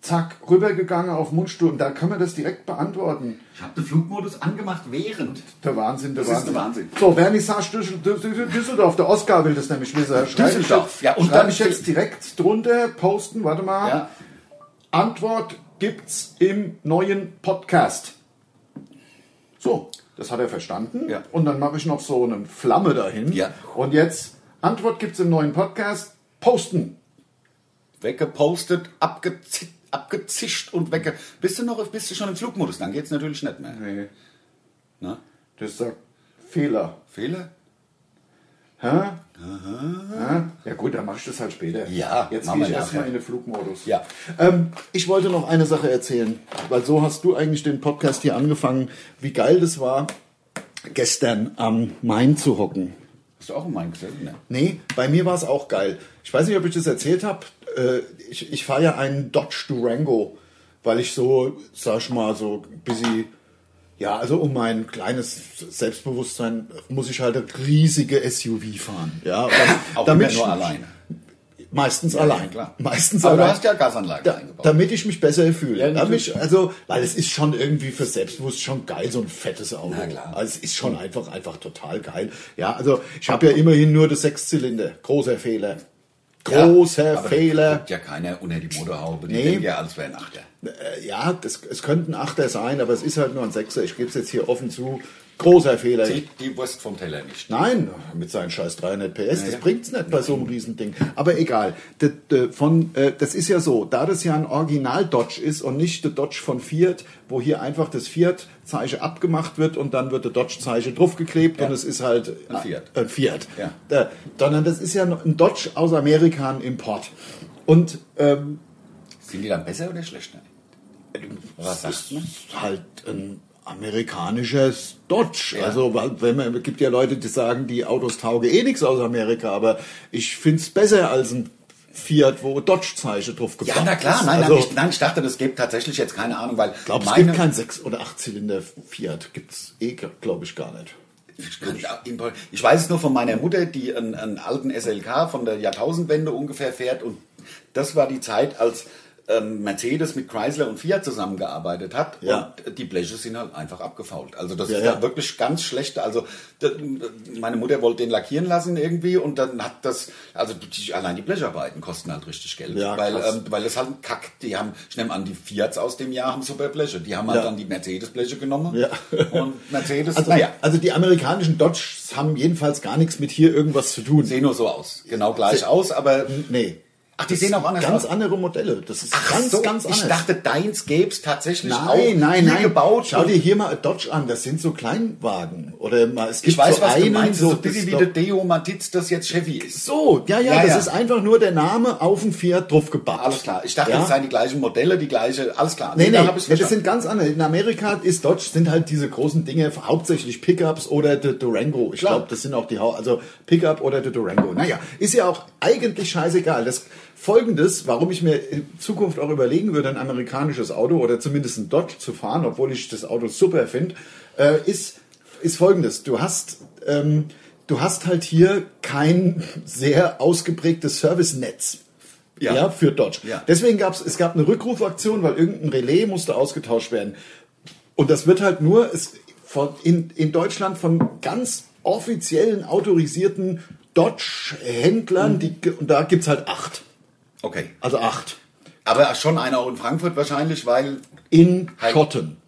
S2: Zack, rübergegangen auf Mundstuhl und da können wir das direkt beantworten.
S3: Ich habe den Flugmodus angemacht während.
S2: Der Wahnsinn, der
S3: Das
S2: Wahnsinn.
S3: ist der Wahnsinn.
S2: So, Vernissage Düssel- Düssel- Düsseldorf, der Oscar will das nämlich wissen. Schreibe ich
S3: Düsseldorf,
S2: jetzt-
S3: ja, und
S2: schreibe
S3: dann-
S2: ich jetzt direkt drunter, posten, warte mal.
S3: Ja.
S2: Antwort gibt's im neuen Podcast. So, das hat er verstanden.
S3: Ja.
S2: Und dann mache ich noch so eine Flamme dahin.
S3: Ja.
S2: Und jetzt, Antwort gibt's im neuen Podcast, posten.
S3: Weggepostet, abgezi abgezischt und wegge... Bist du noch, bist du schon im Flugmodus? Dann geht's natürlich nicht mehr.
S2: Nee,
S3: Na?
S2: das sagt Fehler.
S3: Fehler?
S2: Hä? Hä? Ja gut, dann mach ich das halt später.
S3: Ja,
S2: jetzt
S3: machen
S2: gehe
S3: wir
S2: ich erstmal
S3: nachher.
S2: in den Flugmodus.
S3: Ja.
S2: Ähm, ich wollte noch eine Sache erzählen, weil so hast du eigentlich den Podcast hier angefangen, wie geil das war, gestern am Main zu hocken.
S3: Hast du auch in meinem gesehen? Ne.
S2: Nee, bei mir war es auch geil. Ich weiß nicht, ob ich das erzählt habe. Äh, ich ich fahre ja einen Dodge Durango, weil ich so, sag ich mal, so ein bisschen. Ja, also um mein kleines Selbstbewusstsein muss ich halt eine riesige SUV fahren. Ja,
S3: Auch
S2: damit
S3: immer nur
S2: ich-
S3: alleine.
S2: Meistens
S3: Ja,
S2: allein.
S3: ja, klar.
S2: Meistens
S3: Aber du
S2: allein.
S3: hast ja Gasanlage
S2: da,
S3: eingebaut.
S2: Damit ich mich besser fühle.
S3: Ja,
S2: damit
S3: natürlich.
S2: ich, also, weil es ist schon irgendwie für Selbstbewusst schon geil, so ein fettes Auto.
S3: Na klar.
S2: Also es ist schon einfach, einfach total geil. Ja, also ich habe ja immerhin nur das Sechszylinder. Großer Fehler. Großer
S3: Ja, aber Da
S2: Fehler.
S3: guckt ja keiner unter die Motorhaube. Die
S2: Nee.
S3: denken ja, alles wäre ein Achter.
S2: Äh, ja, das, es könnte ein Achter sein, aber es ist halt nur ein Sechser. Ich gebe es jetzt hier offen zu. Großer Fehler.
S3: Sieht die Wurst vom Teller nicht.
S2: Nein, mit seinen scheiß 300 PS,
S3: Naja.
S2: das bringt's nicht bei so einem Riesending. Aber egal, das, äh, von, äh, das ist ja so, da das ja ein Original-Dodge ist und nicht der Dodge von Fiat, wo hier einfach das Fiat-Zeichen abgemacht wird und dann wird der Dodge-Zeichen draufgeklebt und es ist halt
S3: Ein Fiat.
S2: Ein Fiat.
S3: Ja.
S2: Äh, sondern das ist ja noch ein Dodge aus Amerika, ein Import. Und ähm,
S3: Sind die dann besser oder schlechter? Was sagst du?
S2: halt ein amerikanisches Dodge.
S3: Ja.
S2: Also weil- wenn man, es gibt ja Leute, die sagen, die Autos taugen eh nichts aus Amerika, aber ich find's besser als ein Fiat, wo Dodge-Zeichen drauf
S3: Ja,
S2: gepackt
S3: na klar,
S2: ist.
S3: nein,
S2: also,
S3: nein, ich, nein, ich dachte, das gibt tatsächlich jetzt keine Ahnung, weil
S2: Glaub, es gibt kein sechs oder 8-Zylinder Fiat. Gibt's eh, glaube ich, gar nicht.
S3: Ich kann- ja, Impol- Ich weiß es nur von meiner Mutter, die einen, einen alten SLK von der Jahrtausendwende ungefähr fährt. Und das war die Zeit, als ähm, Mercedes mit Chrysler und Fiat zusammengearbeitet hat.
S2: Ja.
S3: Und die Bleche sind halt einfach abgefault. Also das
S2: Ja,
S3: ist
S2: ja.
S3: da wirklich ganz schlecht. Also d- meine Mutter wollte den lackieren lassen irgendwie und dann hat das, also die- die, allein die Blecharbeiten kosten halt richtig Geld.
S2: Ja,
S3: weil,
S2: krass.
S3: ähm, weil das halt ein Kack, die haben, ich nehme an, die Fiats aus dem Jahr haben super Bleche. Die haben halt
S2: Ja.
S3: dann die Mercedes-Bleche genommen
S2: Ja.
S3: und Mercedes,
S2: Also,
S3: naja.
S2: also die amerikanischen Dodges haben jedenfalls gar nichts mit hier irgendwas zu tun.
S3: sehen nur so aus. Genau gleich aus, aber.
S2: nee.
S3: Ach, die sehen auch anders
S2: Ganz
S3: aus.
S2: andere Modelle. Das ist ganz,
S3: so,
S2: ganz anders.
S3: Ich dachte, deins gäbe es tatsächlich auch
S2: Nein, nein,
S3: hier
S2: nein.
S3: gebaut.
S2: Schau dir
S3: Und
S2: hier mal Dodge an. Das sind so Kleinwagen. Oder mal, es gibt
S3: ich weiß,
S2: so
S3: was
S2: einen,
S3: du meinst. So, so ein
S2: das
S3: bisschen wie
S2: doch-
S3: der Deo Matiz, das jetzt Chevy ist.
S2: so, ja, ja,
S3: Ja,
S2: das
S3: ja.
S2: ist einfach nur der Name auf dem Fiat draufgebackt.
S3: Alles klar. Ich dachte,
S2: ja?
S3: das seien die gleichen Modelle, die gleiche. Alles klar.
S2: Nee, nee,
S3: dann
S2: nee,
S3: hab ich's
S2: das
S3: verstanden.
S2: sind ganz andere. In Amerika ist Dodge sind halt diese großen Dinge, hauptsächlich Pickups oder der Durango. Ich
S3: Klar.
S2: glaube, das sind auch die Hau- also Pickup oder der Durango. Naja, ist ja auch eigentlich scheißegal. Das Folgendes, warum ich mir in Zukunft auch überlegen würde, ein amerikanisches Auto oder zumindest ein Dodge zu fahren, obwohl ich das Auto super finde, äh, ist, ist folgendes. Du hast, ähm, du hast halt hier kein sehr ausgeprägtes Servicenetz.
S3: Ja.
S2: Ja. für Dodge.
S3: Ja.
S2: Deswegen gab es, es gab eine Rückrufaktion, weil irgendein Relais musste ausgetauscht werden. Und das wird halt nur es, von, in, in Deutschland von ganz offiziellen, autorisierten Dodge-Händlern, die ge- und da gibt's halt acht.
S3: Okay.
S2: Also acht.
S3: Aber schon einer auch in Frankfurt wahrscheinlich, weil
S2: In
S3: Halt.
S2: Schotten.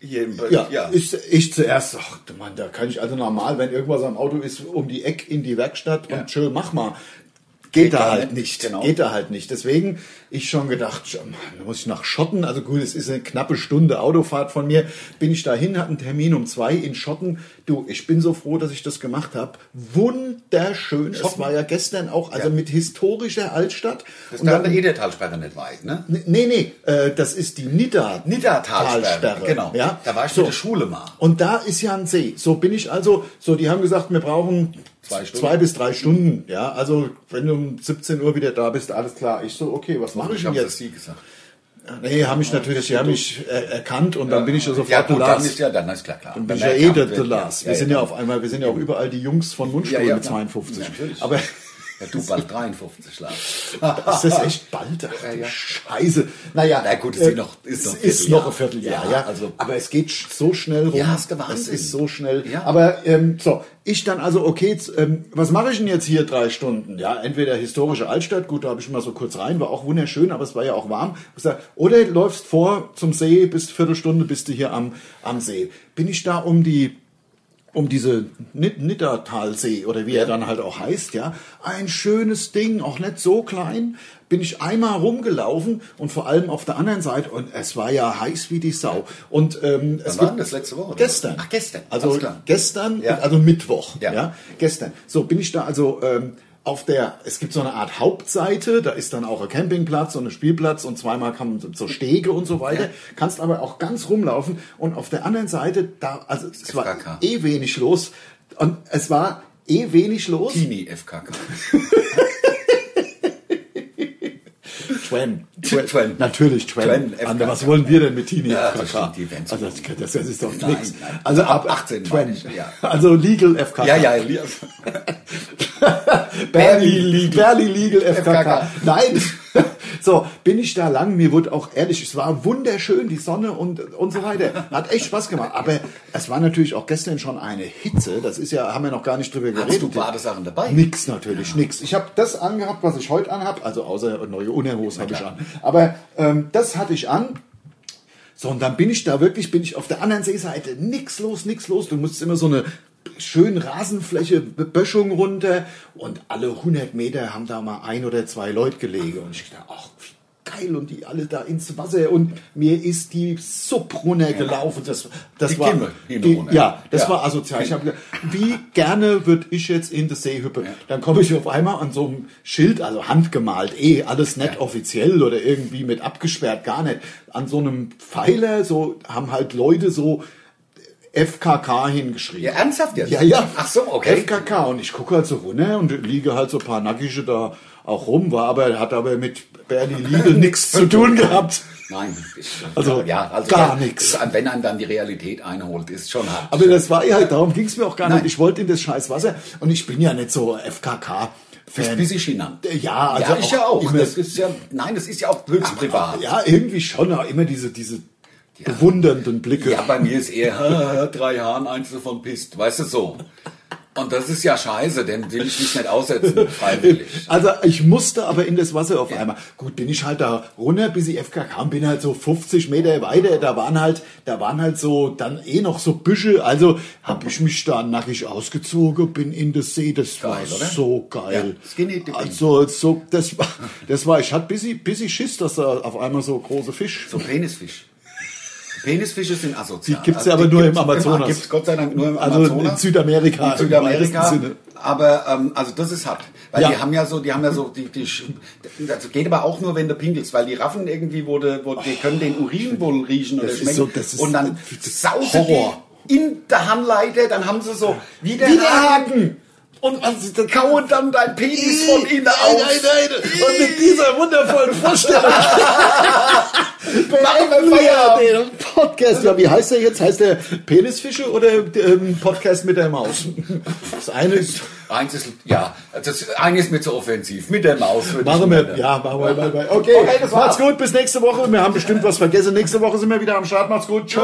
S3: hier im
S2: Ja,
S3: ja.
S2: Ich, ich zuerst, ach du Mann, da kann ich also normal, wenn irgendwas am Auto ist, um die Eck in die Werkstatt
S3: Ja.
S2: und schön, mach mal. Geht, da
S3: gar
S2: halt
S3: nicht,
S2: nicht,
S3: genau.
S2: geht da halt nicht. Deswegen, ich schon gedacht, schon, Mann, da muss ich nach Schotten, also gut, es ist eine knappe Stunde Autofahrt von mir, bin ich dahin, hatte einen Termin um zwei in Schotten. Du, ich bin so froh, dass ich das gemacht habe. Wunderschön, es
S3: Schotten?
S2: war ja gestern auch, also
S3: Ja.
S2: mit historischer Altstadt.
S3: Das
S2: Und
S3: da hat
S2: dann-
S3: der Edertalsperre nicht weit, ne?
S2: Nee, nee, äh, das ist die Nidda.
S3: Niddertalsperre.
S2: Talsperre.
S3: Genau.
S2: Ja?
S3: Da war ich mit der Schule mal.
S2: Und da ist ja ein See. So bin ich also, so die haben gesagt, wir brauchen
S3: Zwei
S2: zwei,
S3: Stunden.
S2: bis drei Stunden. Ja, also wenn du um 17 Uhr wieder da bist, alles klar. Ich so, okay, was mache ich
S3: Ich
S2: denn
S3: habe das
S2: jetzt?
S3: Sie gesagt.
S2: Nee, haben mich natürlich, die haben mich äh, erkannt und dann bin ich ja sofort
S3: Ja,
S2: der
S3: gut, dann
S2: Lars.
S3: ist ja, dann ist klar, klar.
S2: Bin ich ja eh der, der Lars. Wir sind ja auf einmal, wir sind ja auch überall die Jungs von Mundstuhl
S3: Ja, ja,
S2: mit
S3: klar.
S2: 52.
S3: Natürlich.
S2: Aber
S3: Ja, du bald 53, Lars.
S2: Ah, Ist das echt bald? Ach, du Scheiße. Naja,
S3: Na gut, es sind noch- ist
S2: Äh, es
S3: noch ein Vierteljahr.
S2: ist noch ein Vierteljahr.
S3: Ja,
S2: Ja,
S3: also-
S2: aber es geht sch- so schnell rum.
S3: Ja, ist der Wahnsinn.
S2: Es ist so schnell.
S3: Ja.
S2: Aber ähm, so, ich dann also, okay, jetzt, ähm, was mache ich denn jetzt hier drei Stunden? Ja, entweder historische Altstadt, gut, da habe ich mal so kurz rein, war auch wunderschön, aber es war ja auch warm. Hab Gesagt, oder läufst vor zum See, bist Viertelstunde, bist du hier am, am See. Bin ich da um die um diese Nid- Niddertalsee oder wie er dann halt auch heißt, ja, ein schönes Ding, auch nicht so klein, bin ich einmal rumgelaufen und vor allem auf der anderen Seite und es war ja heiß wie die Sau und ähm, es
S3: war
S2: gibt-
S3: das? Letzte Woche?
S2: gestern,
S3: Ach, gestern.
S2: also
S3: Alles klar.
S2: gestern,
S3: Ja.
S2: also Mittwoch,
S3: Ja.
S2: ja. gestern. So bin ich da also ähm, auf der, es gibt so eine Art Hauptseite, da ist dann auch ein Campingplatz und ein Spielplatz und zweimal kann man so Stege und so weiter. Kannst aber auch ganz rumlaufen und auf der anderen Seite, da, also es war
S3: FKK.
S2: eh wenig los und es war eh wenig los.
S3: Tini FKK.
S2: Twen.
S3: Twen.
S2: Natürlich Twen.
S3: Twen,
S2: Ander,
S3: FKK.
S2: was wollen wir denn mit Teenie
S3: Ja,
S2: FKK?
S3: das stimmt, die werden so-
S2: also, das, das ist doch
S3: Nein,
S2: nichts.
S3: nein.
S2: Also
S3: Ab
S2: ab
S3: 18 meine
S2: Twen.
S3: ich, ja.
S2: Also Legal FKK.
S3: Ja, ja, li-
S2: Barely Legal. Barely Legal
S3: FKK.
S2: FKK. Nein. So, bin ich da lang, mir wurde auch ehrlich, es war wunderschön, die Sonne und, und so weiter. Hat echt Spaß gemacht. Aber es war natürlich auch gestern schon eine Hitze. Das ist ja, haben wir noch gar nicht drüber geredet.
S3: Hast du Badesachen dabei?
S2: Nix natürlich, nix. Ich habe das angehabt, was ich heute anhab, also außer neue Unterhose habe ich an. Aber ähm, das hatte ich an. So, und dann bin ich da wirklich, bin ich auf der anderen Seeseite, nix los, nix los. Du musst immer so eine schöne Rasenfläche, Be- Böschung runter und alle 100 Meter haben da mal ein oder zwei Leute gelegen. Und ich dachte, ach, wie geil und die alle da ins Wasser und mir ist die Sub runtergelaufen. Das, das
S3: Die
S2: war,
S3: Kimme, Kimme
S2: die,
S3: runter.
S2: ja, das
S3: Ja.
S2: war asozial. Ich habe gedacht, wie gerne würde ich jetzt in die See hüppen? Dann komme ich auf einmal an so einem Schild, also handgemalt, eh, alles nicht offiziell oder irgendwie mit abgesperrt, gar nicht. An so einem Pfeiler, so haben halt Leute so FKK hingeschrieben.
S3: Ja, ernsthaft jetzt?
S2: Ja, ja.
S3: Ach so, okay.
S2: FKK. Und ich gucke halt so runter und liege halt so ein paar Nackische da auch rum, war aber, hat aber mit Bernie Lidl nichts zu tun gehabt.
S3: Nein, ich,
S2: Also,
S3: ja, also
S2: gar
S3: ja,
S2: nix.
S3: ist- Wenn einen dann die Realität einholt, ist schon hart.
S2: Aber das war ja, darum ging es mir auch gar nicht. Ich wollte in das scheiß Wasser und ich bin ja nicht so FKK.
S3: Bist
S2: Fan.
S3: bisschen genannt.
S2: Ja, also
S3: ja, ich ja auch.
S2: Immer,
S3: Das ist ja, nein, das ist ja auch höchst privat.
S2: ja, irgendwie schon, aber immer diese, diese bewundernden Blicke.
S3: Ja, bei mir ist eher drei Haaren, eins davon pisst, weißt du so. Und das ist ja scheiße, den will ich mich nicht aussetzen, freiwillig.
S2: Also ich musste aber in das Wasser auf einmal. Gut, bin ich halt da runter, bis ich FK kam, bin halt so 50 Meter weiter. Da waren halt, da waren halt so dann eh noch so Büsche. Also habe ich mich da nackig ausgezogen, bin in das See. Das war
S3: Geil, oder?
S2: so geil.
S3: Ja, skinny dipping.
S2: also so, das war, das war. Ich hatte bis ich, bis ich Schiss, dass da auf einmal so große Fisch.
S3: So Penisfisch. Penisfische sind asozial. Also
S2: Die gibt's ja aber nur im Amazonas.
S3: Gibt Gott sei Dank nur im
S2: Also
S3: Amazonas.
S2: in Südamerika
S3: In
S2: im
S3: Südamerika.
S2: weitesten Sinne.
S3: Aber ähm, also das ist hart. Weil
S2: Ja.
S3: die haben ja so, die haben ja so, die, die sch- das geht aber auch nur, wenn du pinkelst, weil die Raffen irgendwie wurde, wo, die können den Urin wohl riechen oder
S2: Das ist
S3: schmecken.
S2: so- das ist-
S3: und dann
S2: das ist
S3: sausen die
S2: Horror.
S3: in der Handleiter, dann haben sie so wieder
S2: Widerhaken!
S3: und also, kauen dann dein Penis von innen
S2: Nein,
S3: aus.
S2: nein, nein. Und mit dieser wundervollen Vorstellung
S3: Machen
S2: beenden
S3: wir
S2: wir den Podcast. Ja, wie heißt der jetzt? Heißt der Penisfische oder ähm, Podcast mit der Maus? Das eine ist...
S3: Eins ist, ja, das eine ist mir zu offensiv. Mit der Maus. würde ich
S2: Machen wir,
S3: gerne.
S2: ja, machen wir, machen wir. Okay,
S3: Okay, das war's.
S2: macht's gut, bis nächste Woche. Wir haben bestimmt was vergessen. Nächste Woche sind wir wieder am Start. Macht's gut. Tschö.